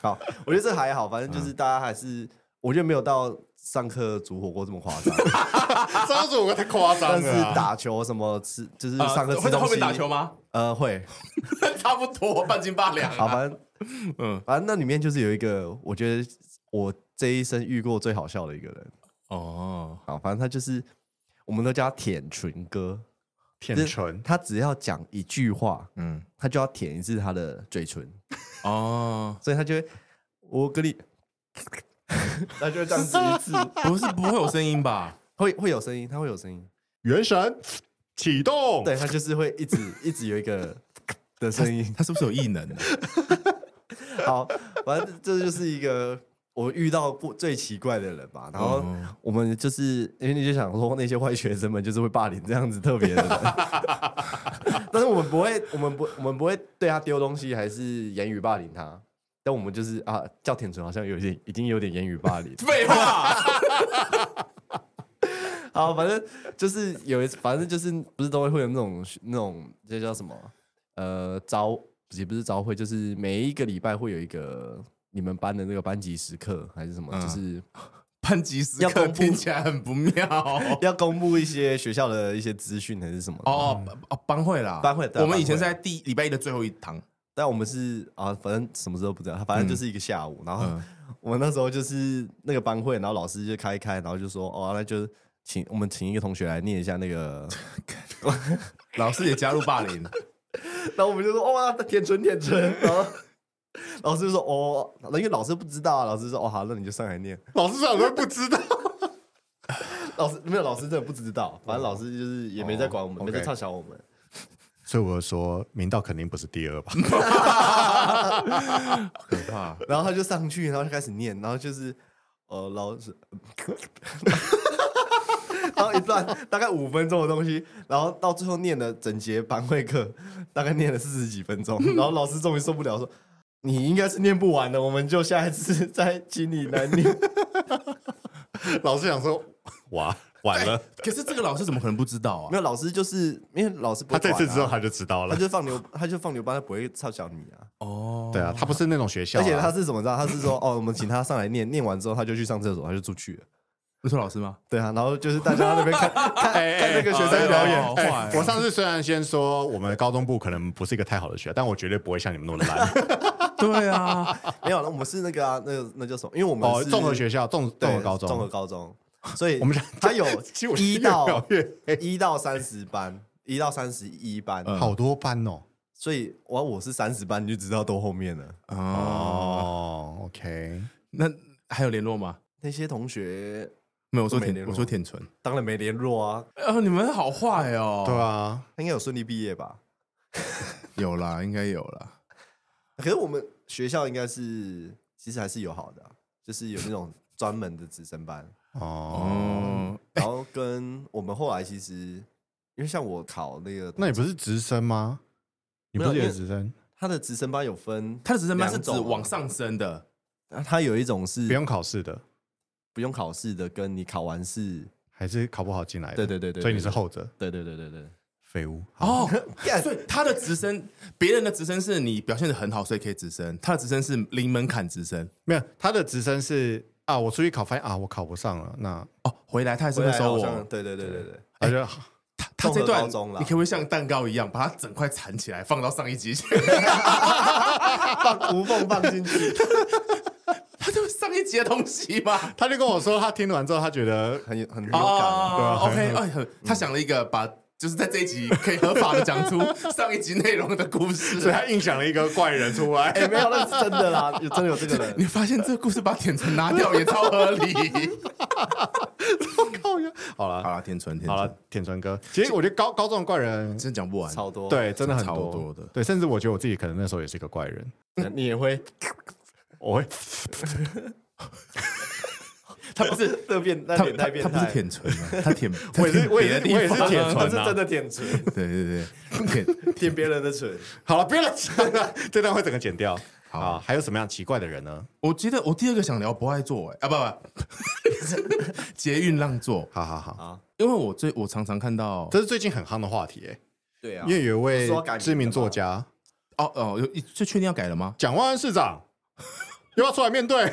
好，我觉得这还好，反正嗯就是大家还是，我觉得没有到上课煮火锅这么夸张，这样子我太夸张但是了 啊。打球什么吃，就是呃上课吃会在后东西面打球，吗？呃，会。 差不多半斤八 两啊，好，反正，嗯嗯，反正那里面就是有一个，我觉得我这一生遇过最好笑的一个人。哦，好，反正他就是，我们都叫他舔唇哥，舔唇，他只要讲一句话，嗯他就要舔一次他的嘴唇，哦，所以他就会，我跟你，他就会这样子 一次，不是不会有声音吧？会会有声音，他会有声音，原神启动。对他就是会一直一直有一个的声音， 他是不是有异能啊？好，反正这就是一个我遇到过最奇怪的人吧。然后嗯我们就是因为你就想说那些坏学生们就是会霸凌这样子特别的人， 但是我们不会，我们不，我们不会对他丢东西，还是言语霸凌他。但我们就是啊，叫田纯好像有点已经有点言语霸凌，废话， 好，反正就是有一次，反正就是不是都会会有那种那种这叫什么？呃，招也不是招会，就是每一个礼拜会有一个你们班的那个班级时刻还是什么，嗯就是潘吉斯要克公布听起来很不妙。要公布一些学校的一些资讯还是什么。哦，哦哦哦，班会啦，班会对啊我们以前是班在会第礼拜一的最后一堂，但我们是啊，反正什么时候不知道，反嗯正就是一个下午，然后嗯 我那时候就是那个班会，然后老师就开一开，然后就说哦，那就请我们请一个同学来念一下 那个，老师也加入霸 凌，然后我们就说哦哇，舔唇舔唇，然后老师就说哦，因为老师不知道啊，老师说哦好，那你就上来念，老师长都不知道， 老师没有老师真的不知道，反正老师就是也没在管我们，哦没在 OK 嘲笑我们。所以我就说明道肯定不是第二 吧？可怕。然后他就上去，然后就开始念，然后就是呃老师，然后一段大概五分钟的东西，然后到最后念了整节班会课，大概念了四十几分钟，然后老师终于受不了说。你应该是念不完的，我们就下一次再请你来念。 老师想说， 哇，晚了，可是这个老师怎么可能不知道没啊？有老师就是因为老师不他会这管啊、次之后他就知道他了。就放牛，他就放牛班，他不会嘲笑你啊。哦，对啊，他不是那种学校啊，而且他是怎么着？他是说哦，我们请他上来念，念完之后他就去上厕所，他就出去了。你说老师吗？对啊，然后就是大家在那边看 哎看看那个学生表演，哎好哎哦坏我上次虽然先说我们高中部可能不是一个太好的学校，但我绝对不会像你们那么烂。对 啊，没有，我们是那个啊，那个那叫什么？因为 我们哦，是综合学校，综对综合高中，综合高中，所以我们家它有 其实我是一越描到越黑一到三十班，一到三十一班，嗯好多班哦。所以我我是三十班，你就知道多后面了。嗯哦，哦，OK，那还有联络吗？那些同学没有，我说都没舔，联络我说舔唇。当然没联络啊，啊，你们好坏哦。对，啊，他应该有顺利毕业吧？有啦，应该有啦。可是我们学校应该是其实还是有好的啊、就是有那种专门的直 升班。哦，嗯哦，然后跟我们后来其实，因为像我考那个，那你不是直升吗？你不是没有也因为是直升？他的直升班有分，他的直升班是两指种啊往上升的他有一种是不用考试的，不用考试的，跟你考完试，还是考不好进来的？对对对对对所以你是后者，对对对对对，废物。 哦。干所以他的直升，别人的直升是你表现的很好，所以可以直升；他的直升是零门槛直升。没有，他的直升是啊，我出去考，发现啊，我考不上了，那哦，回来他还是回会来收好我像。对对对对对，我觉得他他这综合段高中啦你可不可以像蛋糕一样，把它整块缠起来，放到上一集去？ 放无缝放进去，他就是上一集的东西吧？他就跟我说，他听完之后，他觉 得很有很有感啊。哦啊，OK，哎，很他想了一个把。就是在这一集可以合法的讲出上一集内容的故事 所啊以，他印象了一个怪人出来。哎，没有，那是真的啦，有真的有这个人 你。发现这个故事把舔唇拿掉也超合理。靠呀！好好了，了，舔唇，舔好了唇，，田纯哥，其实我觉得高高中的怪人，真讲不完。超多，对，真的很超多的对，甚至我觉得我自己可能那时候也是一个怪人，你也会，我会他不是那变那他脸他太变他态，不是舔唇啊， 他舔，我也是他舔我也别的是地方我也是舔唇他啊是真的舔唇，对对对，舔舔别人的 唇。 好了，不要再讲了， 这段会整个剪掉。好好，还有什么样奇怪的人呢？我记得我第二个想聊不爱做、欸，哎啊不不， 捷运让座，好好好，啊因为我最我常常看到这是最近很夯的话题欸，对啊因，为有一位说要改名知名的作嘛家哦哦，有这确定要改了吗？蒋万安市长 要不要出来面对？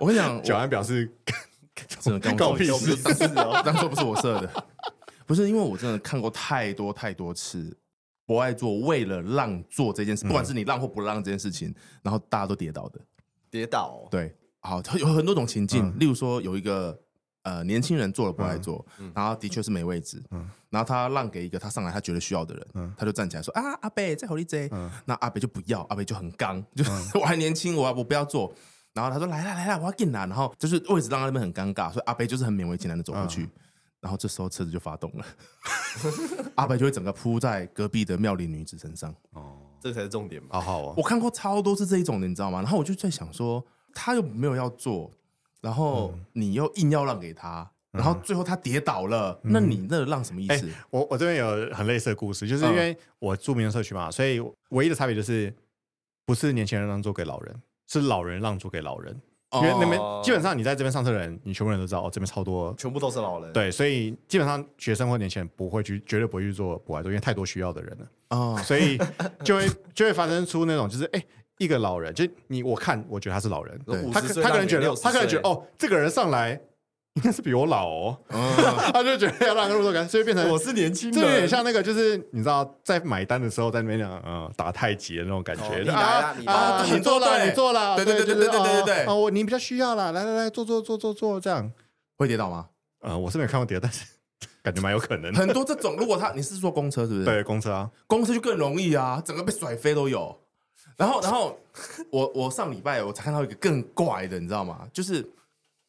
我跟你讲， 蒋我安表示真的跟搞我屁说事当时哦 当初不是我设的，不是因为我真的看过太多太多次不爱做，为了让座这件嗯事，不管是你让或不让这件事情，然后大家都跌倒的。跌倒哦，对，好，有很多种情境，例如说有一个呃年轻人做了不爱做，然后的确是没位置，然后他让给一个他上来他觉得需要的人，他就站起来说啊阿北在好利 J，那阿北就不要，阿北就很刚，就是、我还年轻，我我不要做。然后他说来啦来啦，我要进啦。然后就是位置让他那边很尴尬，所以阿北就是很勉为其难的走过去。然后这时候 车子就发动了，阿北就会整个扑在隔壁的妙龄女子身上。哦，这才是重点嘛。好好哦，我看过超多次这一种的，你知道吗？然后我就在想说，他又没有要做，然后你又硬要让给他，然后最后他跌倒了，那你那让什么意思？我我这边有很类似的故事，就是因为我住民生社区嘛，所以唯一的差别就是不是年轻人让座给老人，是老人让座给老人。因为那边哦基本上你在这边上车的人，你全部人都知道哦，这边超多。全部都是老人，，对，所以基本上学生或年轻人不会去，绝对不会去做博爱座，因为太多需要的人了，啊，所以就会就会发生出那种就是哎、一个老人，就你我看我觉得他是老人，对他可他可能觉得他可能觉得哦，哦，这个人上来应该是比我老哦，嗯他就觉得要让入座感，所以变成我是年轻这人，有点像那个，就是你知道，在买单的时候在那边讲，嗯，打太极的那种感哦觉，你就来啦啊你来啦啊，对你坐啦，对你坐啦，对对对对对对对对啊，哦我你比较需要啦，来来来，坐坐坐坐坐，这样。会跌倒吗？呃，我是没有看过碟，但是 感觉蛮有可 能的。很多这种，如果他你是坐公车是不是？，对，公车啊，公车就更容易啊，整个被甩飞都有。然后，然后我我上礼拜我才看到一个更怪的，你知道吗？就是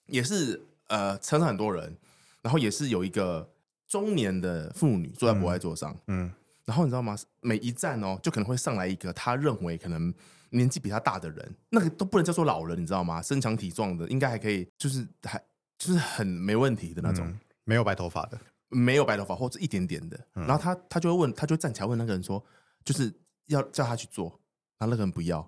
也是呃，车上很多人，然后也是有一个中年的妇女坐在博爱座上，嗯，然后你知道吗？每一站哦，就可能会上来一个他认为可能年纪比他大的人，那个都不能叫做老人，你知道吗？身强体壮的，应该还可以，就是还就是很没问题的那种，嗯没有白头发的，没有白头发或者一点点的。然后他他就会问，他就站起来问那个人说，就是要叫他去做，然后那个人不要。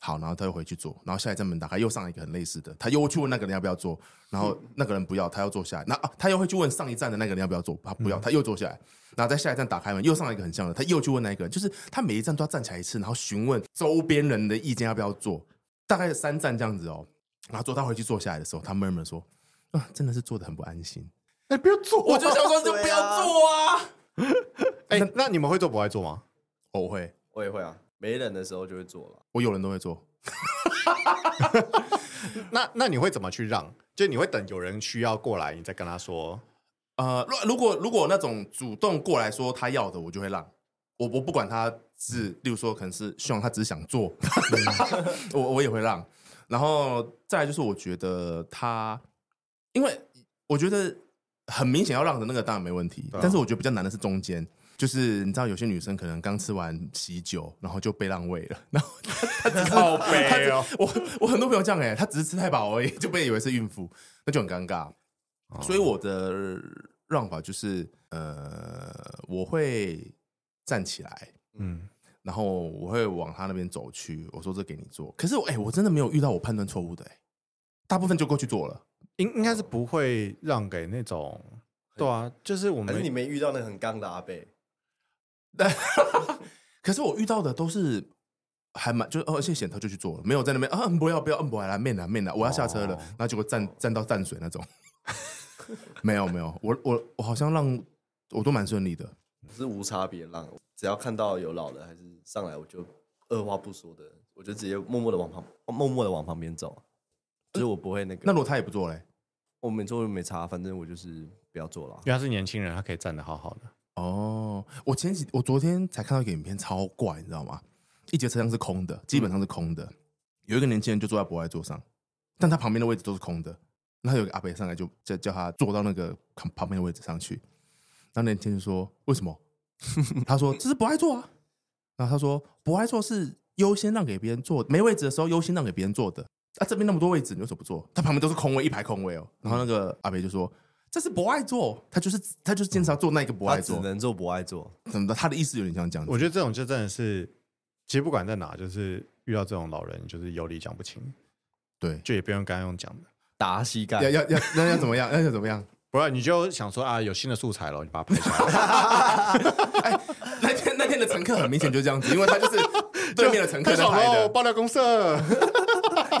好，然后他又回去做，然后下一站门打开，又上来一个很类似的，他又去问那个人要不要做，然后那个人不要，他要坐下来，那、啊、他又会去问上一站的那个人要不要做，他不要，他又坐下来，然后在下一站打开门，又上来一个很像的，他又去问那一个人，就是他每一站都要站起来一次，然后询问周边人的意见要不要做，大概三站这样子哦，然后做到回去坐下来的时候，他闷闷说，啊，真的是做的很不啊安心，哎，不要坐， 我就想说就不要做啊，哎，那你们会做不爱做吗？哦我会，我也会啊，没人的时候就会做了。我有人都会做，那那你会怎么去让？就你会等有人需要过来，你再跟他说。呃，如如果如果那种主动过来说他要的，我就会让，我我不管他是，例如说可能是希望他只是想做， 我我也会让。然后再来就是我觉得他，因为我觉得很明显要让的那个当然没问题，对啊但是我觉得比较难的是中间。就是你知道，有些女生可能刚吃完喜酒，然后就被让位了，然后她她只是好悲哦， 我我很多朋友这样哎、欸，他只是吃太饱而已， 就被以为是孕妇，那就很尴尬。所以我的让法就是，呃，我会站起来， 嗯，然后我会往他那边走去。我说这给你做，可是我哎、我真的没有遇到我判断错误的哎、大部分就过去做了。应应该是不会让给那种，对啊，就是我可是们你没遇到那个很刚的阿贝，可是我遇到的都是还蛮就，哦而且显头就去做了，没有在那边啊，嗯不要不要，嗯不要来面来面来，我要下车了，哦然后结果站站到淡水那种， 没有没有，我我我好像让我都蛮顺利的，我是无差别让，只要看到有老人还是上来，我就二话不说的，我就直接默默的往旁，默默的往旁边走。啊就是我不会那个，那如果他也不做嘞，我没做没差，反正我就是不要做了。因为他是年轻人，他可以站得好好的。哦，我前几我昨天才看到一个影片，超怪，你知道吗？一节车厢是空的，基本上是空的，有一个年轻人就坐在博爱座上，但他旁边的位置都是空的。然后有个阿伯上来就叫叫他坐到那个旁旁边的位置上去，然后那年轻人就说：“为什么？” 他说：“这是博爱座啊。”然后他说：“博爱座是优先让给别人坐，没位置的时候优先让给别人坐的。啊，这边那么多位置，你为什么不坐？他旁边都是空位，一排空位哦。”然后那个阿伯就说：“这是博爱座，他就是他就是坚持要坐那一个博他爱只座。”能做不爱做，怎么的？他的意思有点像这样子。我觉得这种就真的是，其实不管在哪，就是遇到这种老人，就是有理讲不清，对，就也不用刚刚用讲的，打膝要盖。要要那要怎么样？那要怎么样？不然你就想说啊，有新的素材了，你把它拍下来。那天那天的乘客很明显就这样子，因为他 就是哦对面的乘客在拍喽，的。爆料公社，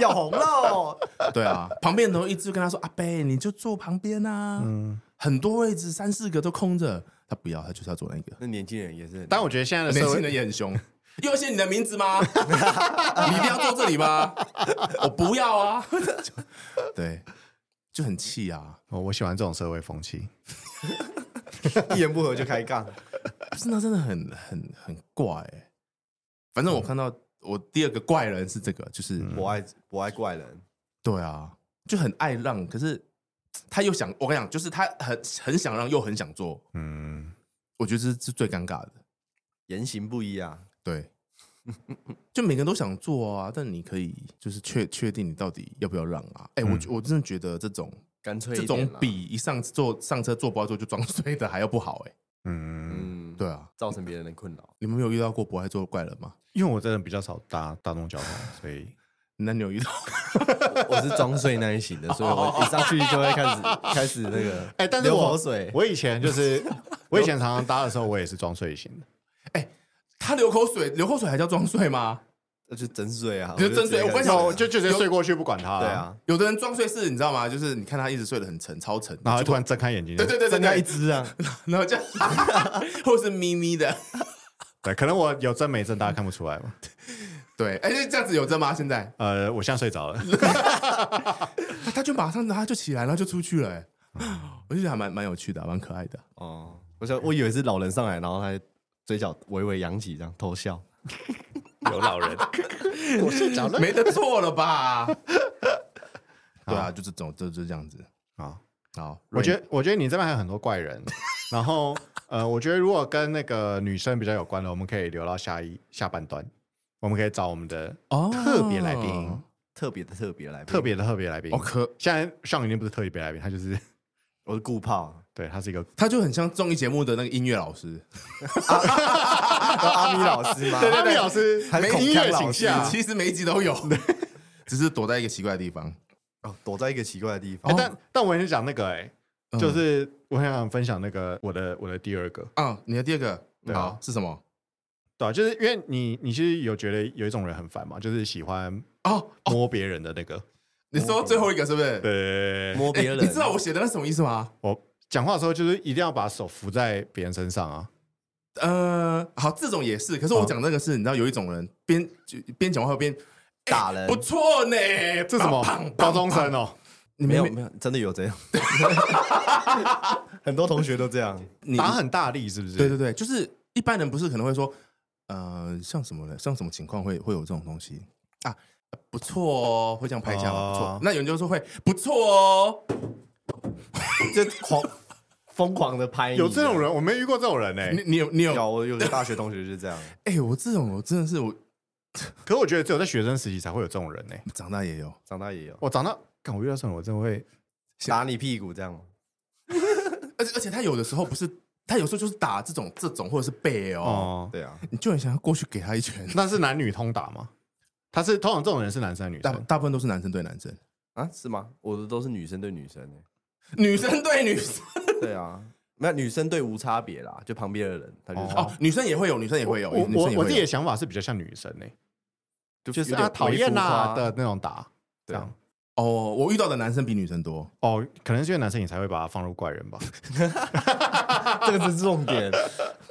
要红了，哦对啊，旁边的人一直跟他说：“阿贝，你就坐旁边啊，嗯，很多位置三四个都空着。”他不要，他就是要坐那 个。 那年轻人也是很，但我觉得现在的年社轻会，人也很 凶，又写你的名字吗？ 你一定要坐这里吗？我不要啊！ 就对，就很气啊！哦我喜欢这种社会风气。一言不合就开杠。不是，那真的很很很怪、欸。反正我嗯看到我第二个怪人是这个，就是、 不爱不爱怪人，对啊，就很爱让，可是他又想，我跟你讲，就是他很很想让，又很想做，嗯，我觉得这是最尴尬的。言行不一啊。 对，就每个人都想做啊，但你可以就是确确定你到底要不要让啊。哎、我觉我真的觉得这种干脆这嗯一点种啦比一上坐上车坐不到坐就装睡的还要不好哎、嗯，嗯，对啊，造成别人的困扰。 你们有遇到过不爱坐的怪人吗？因为我真的比较少搭大众交通，所以那你有遇到？ 我是装睡那一型的，所以我一上去就会开始开始那个，哎但是流我口水，我以前就是我以前常常搭的时候，我也是装睡醒 的。他流口水，流口水还叫装睡吗？那就真睡啊，就真睡直接我跟开你始讲我就就直接睡过去，不管他。对，啊，有的人装睡是，你知道吗？就是你看他一直睡得很沉，超沉，然后就突然睁开眼睛，对对对对增加一对，只 啊，然后这样， 或是咪咪的，对，可能我有睁没睁，大家看不出来吧？对，哎、这样子有真吗？现在呃，我现在睡着 了。他他就马上他就起来，然后就出去了、哎我就觉得还蛮蛮有趣的、啊蛮可爱的。哦，我想我以为是老人上来，然后他嘴角微微扬起，这样偷笑。有老人， 我睡着了，没得错了 吧？对啊，就这种，就就这样子。好，好，我觉得得我觉得你这边还有很多怪人， 然后呃，我觉得如果跟那个女生比较有关的，我们可以留到下一下半段，我们可以找我们的哦特别来宾，特别的特别来宾，特别的特别来宾哦。可，现在上一定不是特别来宾，他就是 我是顾炮，啊对他是一 个他就很像综艺节目的那个音乐老 师，阿米老师 吗？哦阿米老师还是孔音乐锵老形师哦象其实每一集都有，只是躲在一个奇怪的地方。哦，躲在一个奇怪的地哎哦方，但但我很想那个哎、嗯就是我很想分享那个我的我的第二个，啊，你的第二个对啊好是什么？对、啊，就是因为你你是有觉得有一种人很烦嘛，就是喜欢哦，摸别人的那个，你说最后一个是不是？对，摸 哎别人，你知道我写的那什么意思吗？我讲话的时候就是一定要把手扶在别人身上啊，呃，好，这种也是。可是我讲这个是，你知道有一种人边就边讲话边打人不错呢，这什么棒高中生哦、你没没有有没有，真的有这样，很多同学都这样，你打很大力是不是？对对对，就是一般人不是可能会说，呃，像什么呢？像什么情况会会有这种东西啊？呃不错哦，会这样拍一下吗？不错哦。那有人就说会不错哦，就狂疯狂的拍你，有这种人，我没遇过这种人哎、你你有你有有，我有个大学同学就是这样，哎、我这种我真的是我可是我觉得只有在学生时期才会有这种人哎、长大也有，长大也有哦我长大，看我遇到这种人，我真的会打你屁股这样，而且而且他有的时候不是，他有时候就是打这种这种或者是背哦，哦，对啊，你就很想要过去给他一拳。那是男女通打吗？他是通常这种人是男生还是女大生？大部分都是男生对男生，啊是吗？我的都是女生对女生欸女生对女生 对啊，那女生对无差别啦，就旁边的人，他就 是哦哦，女生也会有，女生也会有，我女我生也我会自有己的想法是比较像女生哎、就就是有点啊讨厌啦 微浮夸的那种打，这对啊样哦，我遇到的男生比女生多，哦，可能是因为男生你才会把他放入怪人吧。这个是重点，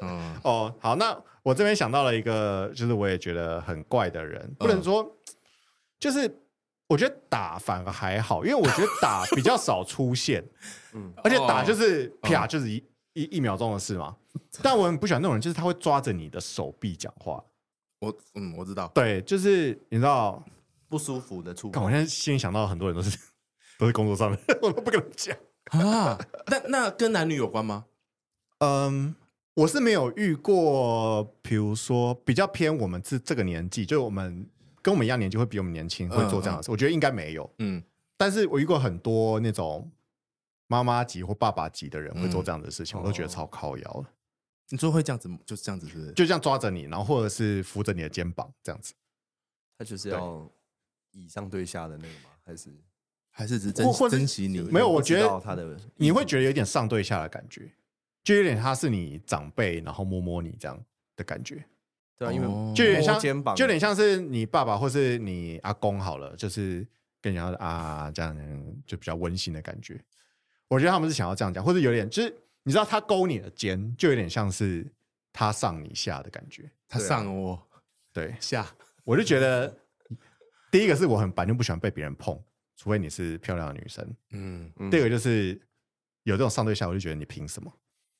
嗯，哦，好，那我这边想到了一个，就是我也觉得很怪的人，不能说，就是我觉得打反而还好，因为我觉得打比较少出现，嗯嗯，而且打就是啪，就是一一一秒钟的事嘛。但我很不喜欢那种人，就是他会抓着你的手臂讲话，我嗯我知道，对，就是你知道，不舒服的触看碰我，现在心里想到很多人都是 都是工作上的， 我都不跟他们讲。啊， 那那跟男女有关吗？嗯，我是没有遇过，比如说比较偏我们这这个年纪，就是我们跟我们一样年纪会比我们年轻，会做这样的事，我觉得应该没有。嗯，但是我遇过很多那种妈妈级或爸爸级的人会做这样的事情，我都觉得超靠摇的，你说会这样子，就是这样子，是不是？就这样抓着你，然后或者是扶着你的肩膀这样子，他就是要以上对下的那个吗？还是还是只珍或或是珍惜你？没有不我知觉得道他的你会觉得有点上对下的感觉，就有点他是你长辈，然后摸摸你这样的感觉。对啊，因为哦就有点像摸肩膀就有点像是你爸爸或是你阿公好了，就是跟人家啊这样就比较温馨的感觉。我觉得他们是想要这样讲，或者有点就是你知道他勾你的肩，就有点像是他上你下的感觉。他上我对，啊下，我就觉得第一个是我很烦，就不喜欢被别人碰，除非你是漂亮的女生。嗯，嗯第二个就是有这种上对下，我就觉得你凭什么？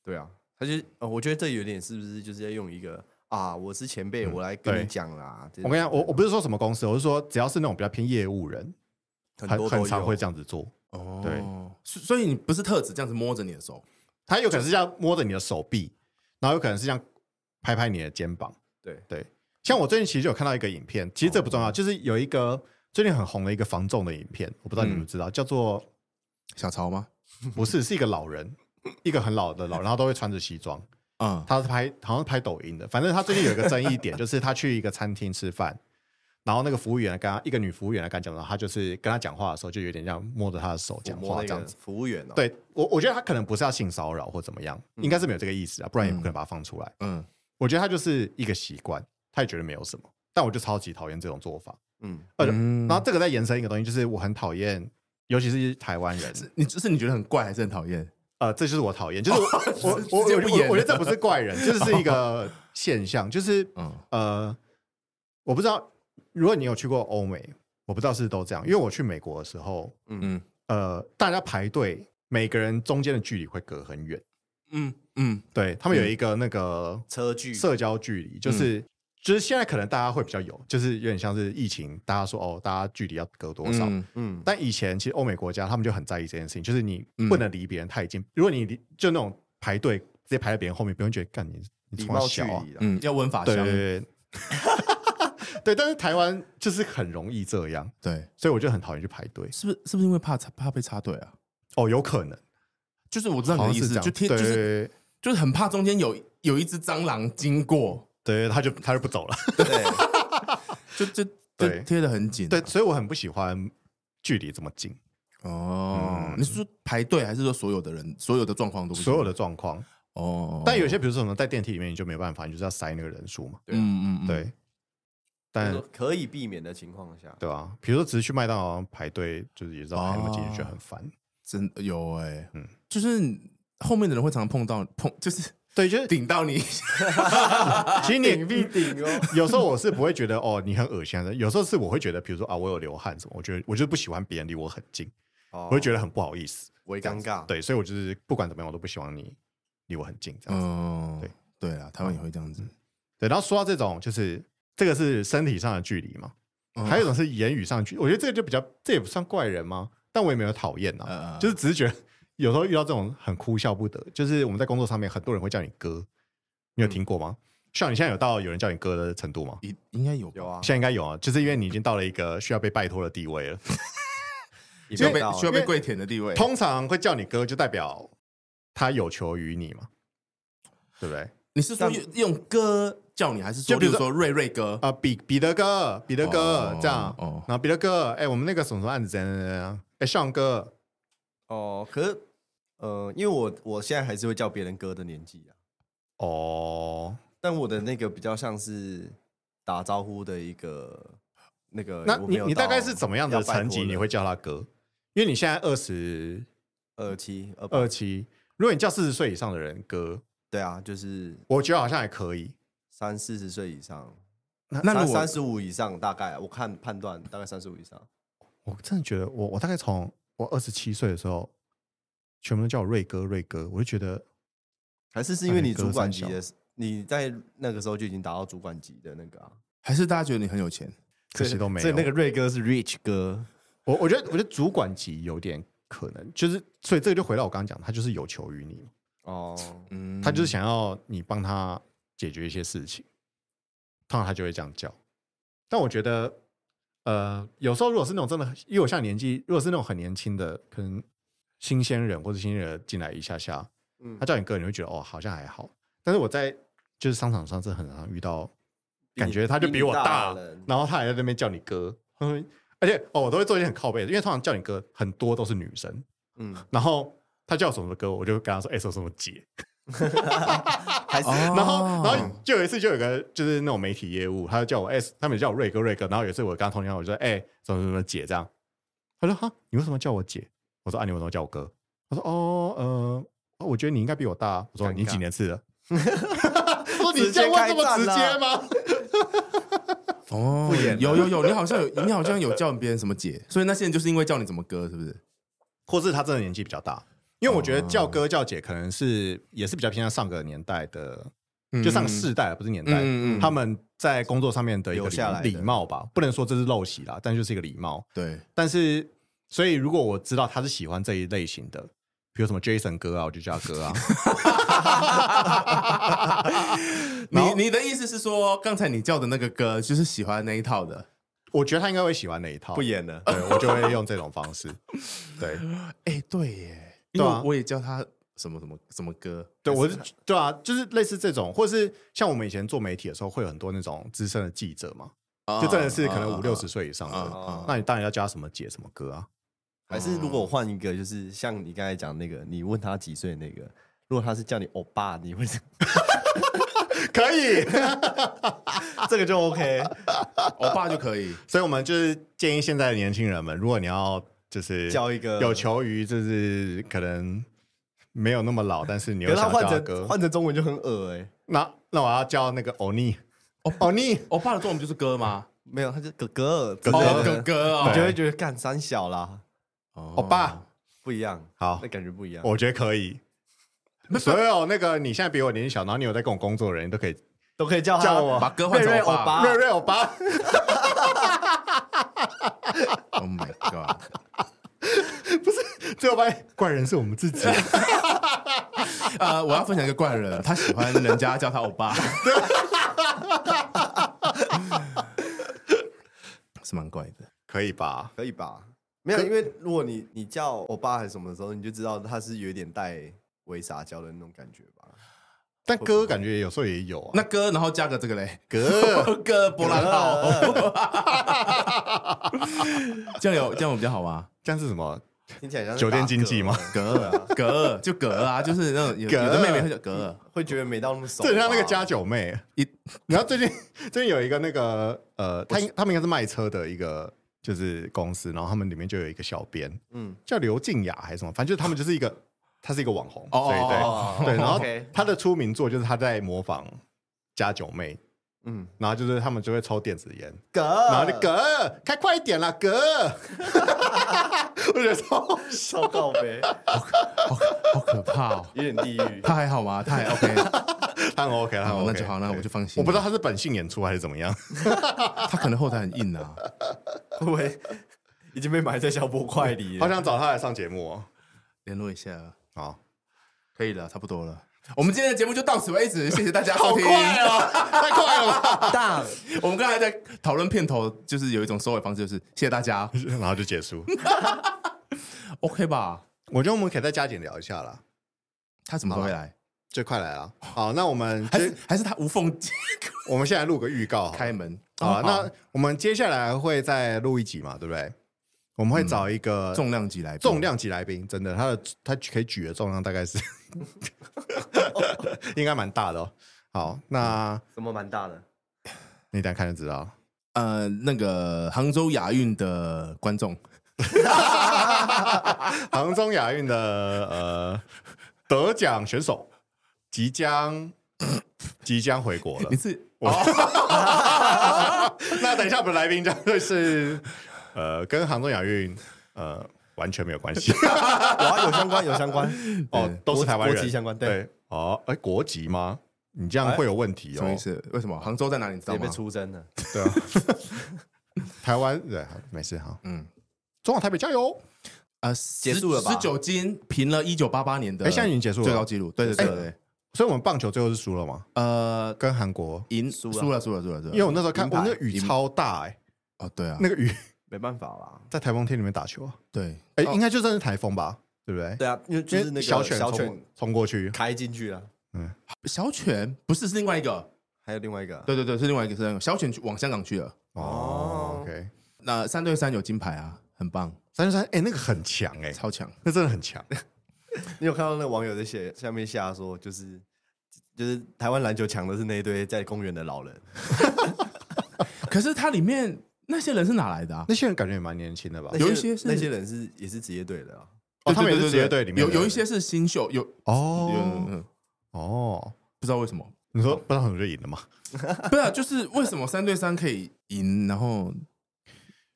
对啊，他就呃，我觉得这有点是不是就是要用一个啊，我是前辈，我来跟嗯对你讲啦。这我跟你讲，我我不是说什么公司，我是说只要是那种比较偏业务人，很很多很都常有会这样子做。哦，对所，所以你不是特指这样子摸着你的手，他有可能是这样摸着你的手臂，然后有可能是这样拍拍你的肩膀，对哦对，像我最近其实有看到一个影片，其实这不重要，就是有一个最近很红的一个防重的影片，我不知道你们知不知道，嗯叫做 小曹吗？不是是一个老人，一个很老的 老人，然后都会穿着西装，嗯，他是拍好像是拍抖音的，反正他最近有一个争议 点，就是他去一个餐厅吃饭，然后那个服务员跟他一个女服务员来跟他讲话，他就是跟他讲话的时候就有点这样摸着他的手讲摸话那这样个子。服务员哦，，对我，我觉得他可能不是要性骚扰或怎么样，应该是没有这个意思啊，不然也不可能把它放出来。嗯我觉得他就是一个习惯，他也觉得没有什么，但我就超级讨厌这种做法。嗯，而且嗯呃然后这个再延伸一个东西，就是我很讨厌，尤其是台湾人，你就是你觉得很怪还是很讨厌？呃，这就是我讨厌，就是我、哦我我直我接我不我演哦我觉得这不是 怪人，这是一个现象，就是嗯呃，我不知道，如果你有去过欧美，我不知道是都这样，因为我去美国的时候，嗯呃，大家排队，每个人中间的距离会隔很远。嗯嗯对他们有一个那个车距社交距离，就是、就是现在可能大家会比较有，就是有点像是疫情，大家说哦，大家距离要隔多少？嗯 嗯，但以前其实欧美国家他们就很在意这件事情，就是你嗯不能离别人太近，如果你离就那种排队直接排在别人后面，别人觉得干你你礼从貌距小啊，离啦，嗯，要温法对香对，对 对。对，但是台湾就是很容易这样，对，所以我就很讨厌去排队。是不是是不是因为怕插怕被插队啊？哦，有可能，就是我知道好你的像意是这思，样。就贴就对对是对就是很怕中间有有一只蟑螂经过，对，他就他就不走了。 对，就就就对贴的很紧啊。对，所以我很不喜欢距离这么近。哦，嗯你是说排队还是说所有的人所有的状况都不行所有的状况。哦？但有些比如说什么在电梯里面你就没办法，你就是要塞那个人数嘛。嗯嗯嗯对，但哎就是可以避免的情况下，对啊，比如说只是去麦当劳排队，就是也知道排那么进去就很烦。真的有哎、嗯嗯，就是后面的人会常碰到碰，就是 对，就是顶到你，其实你顶必顶哦，有时候我是不会觉得哦你很恶心的，有时候是我会觉得，比如说啊我有流汗什么，我觉得我就不喜欢别人离我很近，我我会觉得很不好意思。为哦尴尬，对，所以我就是不管怎么样，我都不希望你离我很近这样子。嗯，对嗯对啦，台湾也会这样子，对，然后说到这种，就是这个是身体上的距离嘛，嗯还有一种是言语上的距离，我觉得这个就比较，这也不算怪人吗？但我也没有讨厌啊，呃就是只是觉得有时候遇到这种很哭笑不得，就是我们在工作上面很多人会叫你哥，你有听过吗？像你现在有到有人叫你哥的程度吗？应应该有吧有啊，现在应该有啊，就是因为你已经到了一个需要被拜托的地位了。已需要经到被了需要被因为跪舔的地位，通常会叫你哥，就代表他有求于你嘛，对不对？你是说用用歌叫你，还是说就比比如如说说瑞瑞哥？啊，彼彼得哥，彼得哥、哦这样，哦然后彼得哥，哎、我们那个什么什么案子怎样怎样怎样，哎、尚哥，哦，可是呃，因为我我现在还是会叫别人哥的年纪啊，哦，但我的那个比较像是打招呼的一个那个，那我没你有你大到概是怎么样的要拜层级托的你会叫他哥？因为你现在二十二七二二二？七，如果你叫四十岁以上的人哥，对啊，就是我觉得好像还可以。三四十岁以上，那三如果三十五以上大概，啊我看判断大概三十五以上。我真的觉得我我大概从我二十七岁的时候，全部都叫我瑞哥瑞哥，我就觉得还是是因为那你你哥主管三级的，你在那个时候就已经达到主管级的那个啊。还是大家觉得你很有钱，这些都没有。所以那个瑞哥是 Rich 哥，我我觉得我觉得主管级有点可能，就是所以这个就回到我刚刚讲的，他就是有求于你，哦，嗯，他就是想要你帮他解决一些事情，通常他就会这样叫。但我觉得，呃，有时候如果是那种真的很，因为我像年纪，如果是那种很年轻的，可能新鲜人或者新鲜人进来一下下，嗯他叫你哥，你会觉得哦，好像还好。但是我在就是商场上是很常遇到，比感你觉他就比比你我大大的人，然后他还在那边叫你哥， 而且哦，我都会做一些很靠背的，因为通常叫你哥很多都是女生，嗯，然后他叫什么哥，我就跟他说哎，什么什么姐，还是 然后，然哦后就有一次，就有个就是那种媒体业务，他就叫我哎，他们也叫我瑞哥瑞哥。然后有一次我跟他通电话，我就说哎、什么什么姐这样。他说哈，你为什么叫我姐？我说啊，你为什么叫我哥？他说哦，呃，哦我觉得你应该比我大。我说尴尬你几年次 的？他说直你接这样问这么开直战啦接吗？哦不演，了有有有，你好像有你好像有叫别人什么姐，所以那些人就是因为叫你怎么哥，是不是？或是他真的年纪比较大？因为我觉得叫哥叫姐可能是也是比较偏向上个年代的，就上个世代不是年代，嗯嗯嗯他们在工作上面的一个留礼下来的礼貌吧，不能说这是陋习啦，但就是一个礼貌。对，但是，所以如果我知道他是喜欢这一类型的，比如什么 Jason 哥啊，我就叫他 哥啊。然后你你的意思是说，刚才你叫的那个歌就是喜欢那一套的？我觉得他应该会喜欢那一套，不演 了。对我就会用这种方 式。对哎、对耶，因为对啊我也叫他什么什么什么歌，对，我是对啊，就是类似这种，或是像我们以前做媒体的时候，会有很多那种资深的记者嘛，哦啊就真的是可能五六十岁以上的，啊哦那你当然要叫他什么姐什么哥啊。还是如果哦我换一个，就是像你刚才讲那个，你问他几岁那个，如果他是叫你欧巴，你会可以，这个就 OK。欧巴就可以。 所以我们就是建议现在的年轻人们，如果你要就是叫一个有求于，就是可能没有那么老，但是你可又是他想换叫他成哥，换成中文就很恶哎、那那我要叫那个欧尼，哦 欧尼，欧巴的中文不就是歌吗？没有，他就哥哥之哥哦类的哥哥你哦，就会觉得干三小啦，哦欧巴，不一样，好那，感觉不一样，我觉得可以。所有那个你现在比我年纪小，然后你有在跟我工作的人，你都可以都可以叫他叫我把歌换瑞成瑞欧欧巴巴。瑞瑞欧巴。 ，Oh my god！最后发现怪人是我们 自己，呃，我要分享一个怪人，他喜欢人家叫他欧巴， 是蛮怪的。可以吧？可以吧？没有，因为如果你你叫欧巴还是什么的时候，你就知道他是有一点带微撒娇的那种感觉吧。但哥感觉有时候也有啊。那歌，然后加个这个嘞，哥，歌波浪号，这样有这样有比较好吗？这样是什么？ 听起来像是酒店打嗝经济吗？格格就格啊，就是那种有有的妹妹会叫啊格，会觉得没到那 么熟吧。这很像那个家九妹。啊一然后最近最近有一个那个呃，他应他们应该是卖车的一个就是公司，然后他们里面就有一个小编嗯，叫刘静雅还是什么，反正就是他们就是一个他是一个网红，哦对 哦 对对。然后 OK 他的出名作就是他在模仿家九妹，嗯，然后就是他们就会抽电子烟，嗝，呃然后就哥开快一点啦，哥， 我觉得超好笑烧告呗，好好可怕哦。有点地狱。 他还好吗？他还 OK，他很 OK，他很好 OK，那就好，那我就放心。我不知道他是本性演出还是怎么样，他可能后台很硬啊。会不会已经被埋在小波块里好了？想找他来上节目哦。联络一下，好，可以了，差不多了。我们今天的节目就到此为止，谢谢大家好收听。快哦，太快了吧！ 大我们刚才在讨论片头，就是有一种收尾方式，就是谢谢大家然后就结束。 ，OK 吧？我觉得我们可以再加紧聊一下啦，他什么时候会来？就快来了。好，那我们还接是还是他无缝我们现在录个预告好了，开门？好啊哦那我们接下来会再录一集嘛，对不对？我们会找一个嗯重量级来宾，重量级来宾，真的，他的他可以举的重量大概是 应该蛮大的哦。好，那什么蛮大的，你等一下看就知道了。呃，那个杭州亚运的观众，杭州亚运的呃得奖选手即将即将回国了你。是哦 那等一下我们来宾将会是呃跟杭州亚运呃完全没有 关系有啊，有相关，有相关。 哦，都是台湾人国籍相关对哎对哦，哎国籍吗？你这样会有问题什么意哦。思？为什么杭州在哪里？你知道也吗被？出征了，对啊，台湾对好没事哈，嗯，中华台北加油！呃，结束了吧十九金平了一九八八年的，哎现在已经结束了啊最高纪录。对对对对，对所以我们棒球最后是输了吗？呃，跟韩国，呃赢输了输了输了输了输了，因为我那时候看，银我牌那个雨银超大哎，哦对啊，哦那个雨 没办法啦。在台风天里面打球啊，对哎，应该就真的是台风吧，对不对？对啊，因为就因为是那个小犬小冲犬冲过去，开进去了，小犬不是是另外一个，还有另外一个啊对对对，是另外一个是另外一个小犬去往香港去了。哦，OK，那三对三有金牌啊，很棒，三十三，哎，那个很强哎、超强。那真的很强。你有看到那网友在写下面下说，就是就是台湾篮球抢的是那一堆在公园的老人， 可是它里面那些人是哪来的啊？那些人感觉也蛮年轻的吧那？有一人些是那些人是也是职业队的啊，哦对他们也对是对职业对队里面有的有一些是新秀，有有嗯哦嗯哦，不知道为什么，你说不知道很就赢了吗？对啊，就是为什么三对三可以赢，然后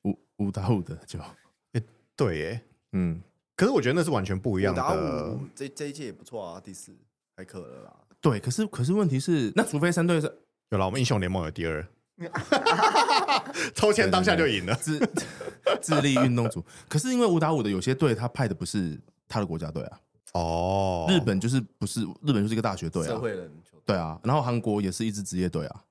五五打五的就对耶， 嗯，可是我觉得那是完全不一样五打的五。，这这一届也不错啊，第四还可了啦。对。可是可是问题是，那除非三对三有了，我们英雄联盟有第 二，抽签当下就赢了。 智智力运动组，可是因为五打五的有些队他派的不是他的国家队啊，哦，日本就是不是日本就是一个大学队社啊，会人球队对啊，然后韩国也是一支职业队啊，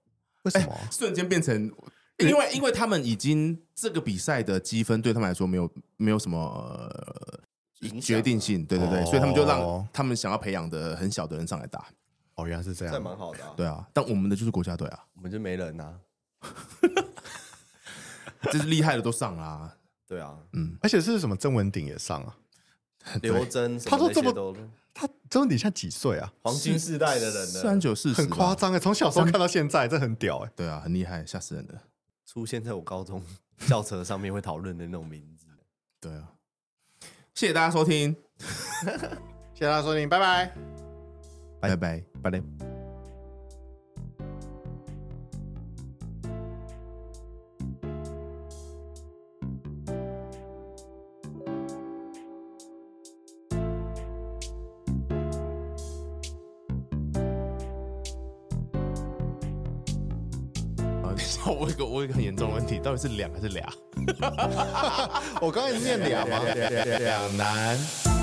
为什么？瞬间变成，因为因为他们已经这个比赛的积分对他们来说没有没有什么、呃影响啊决定性，对对对，哦所以他们就让他们想要培养的很小的人上来打，哦，原来是这这样样。蛮好的啊，对啊，但我们的就是国家队啊， 我们就没人呐，就是厉害的都上啦、对啊，嗯，而且是什么曾文鼎也上啊？刘真什他么说那这么些都他曾文鼎现在几岁啊？黄金世代的人三呢，九四十很夸，张哎，从小时候看到现在，这很屌哎、对啊，很厉害，吓死人了，出现在我高中 校车上面会讨论的那种名字。对啊，谢谢大家收听，谢谢大家收听，拜拜。拜拜。拜 拜。啊，等一下，我有一个我有一个很严重的问题，到底是两还是俩？我刚才念俩吗？两难。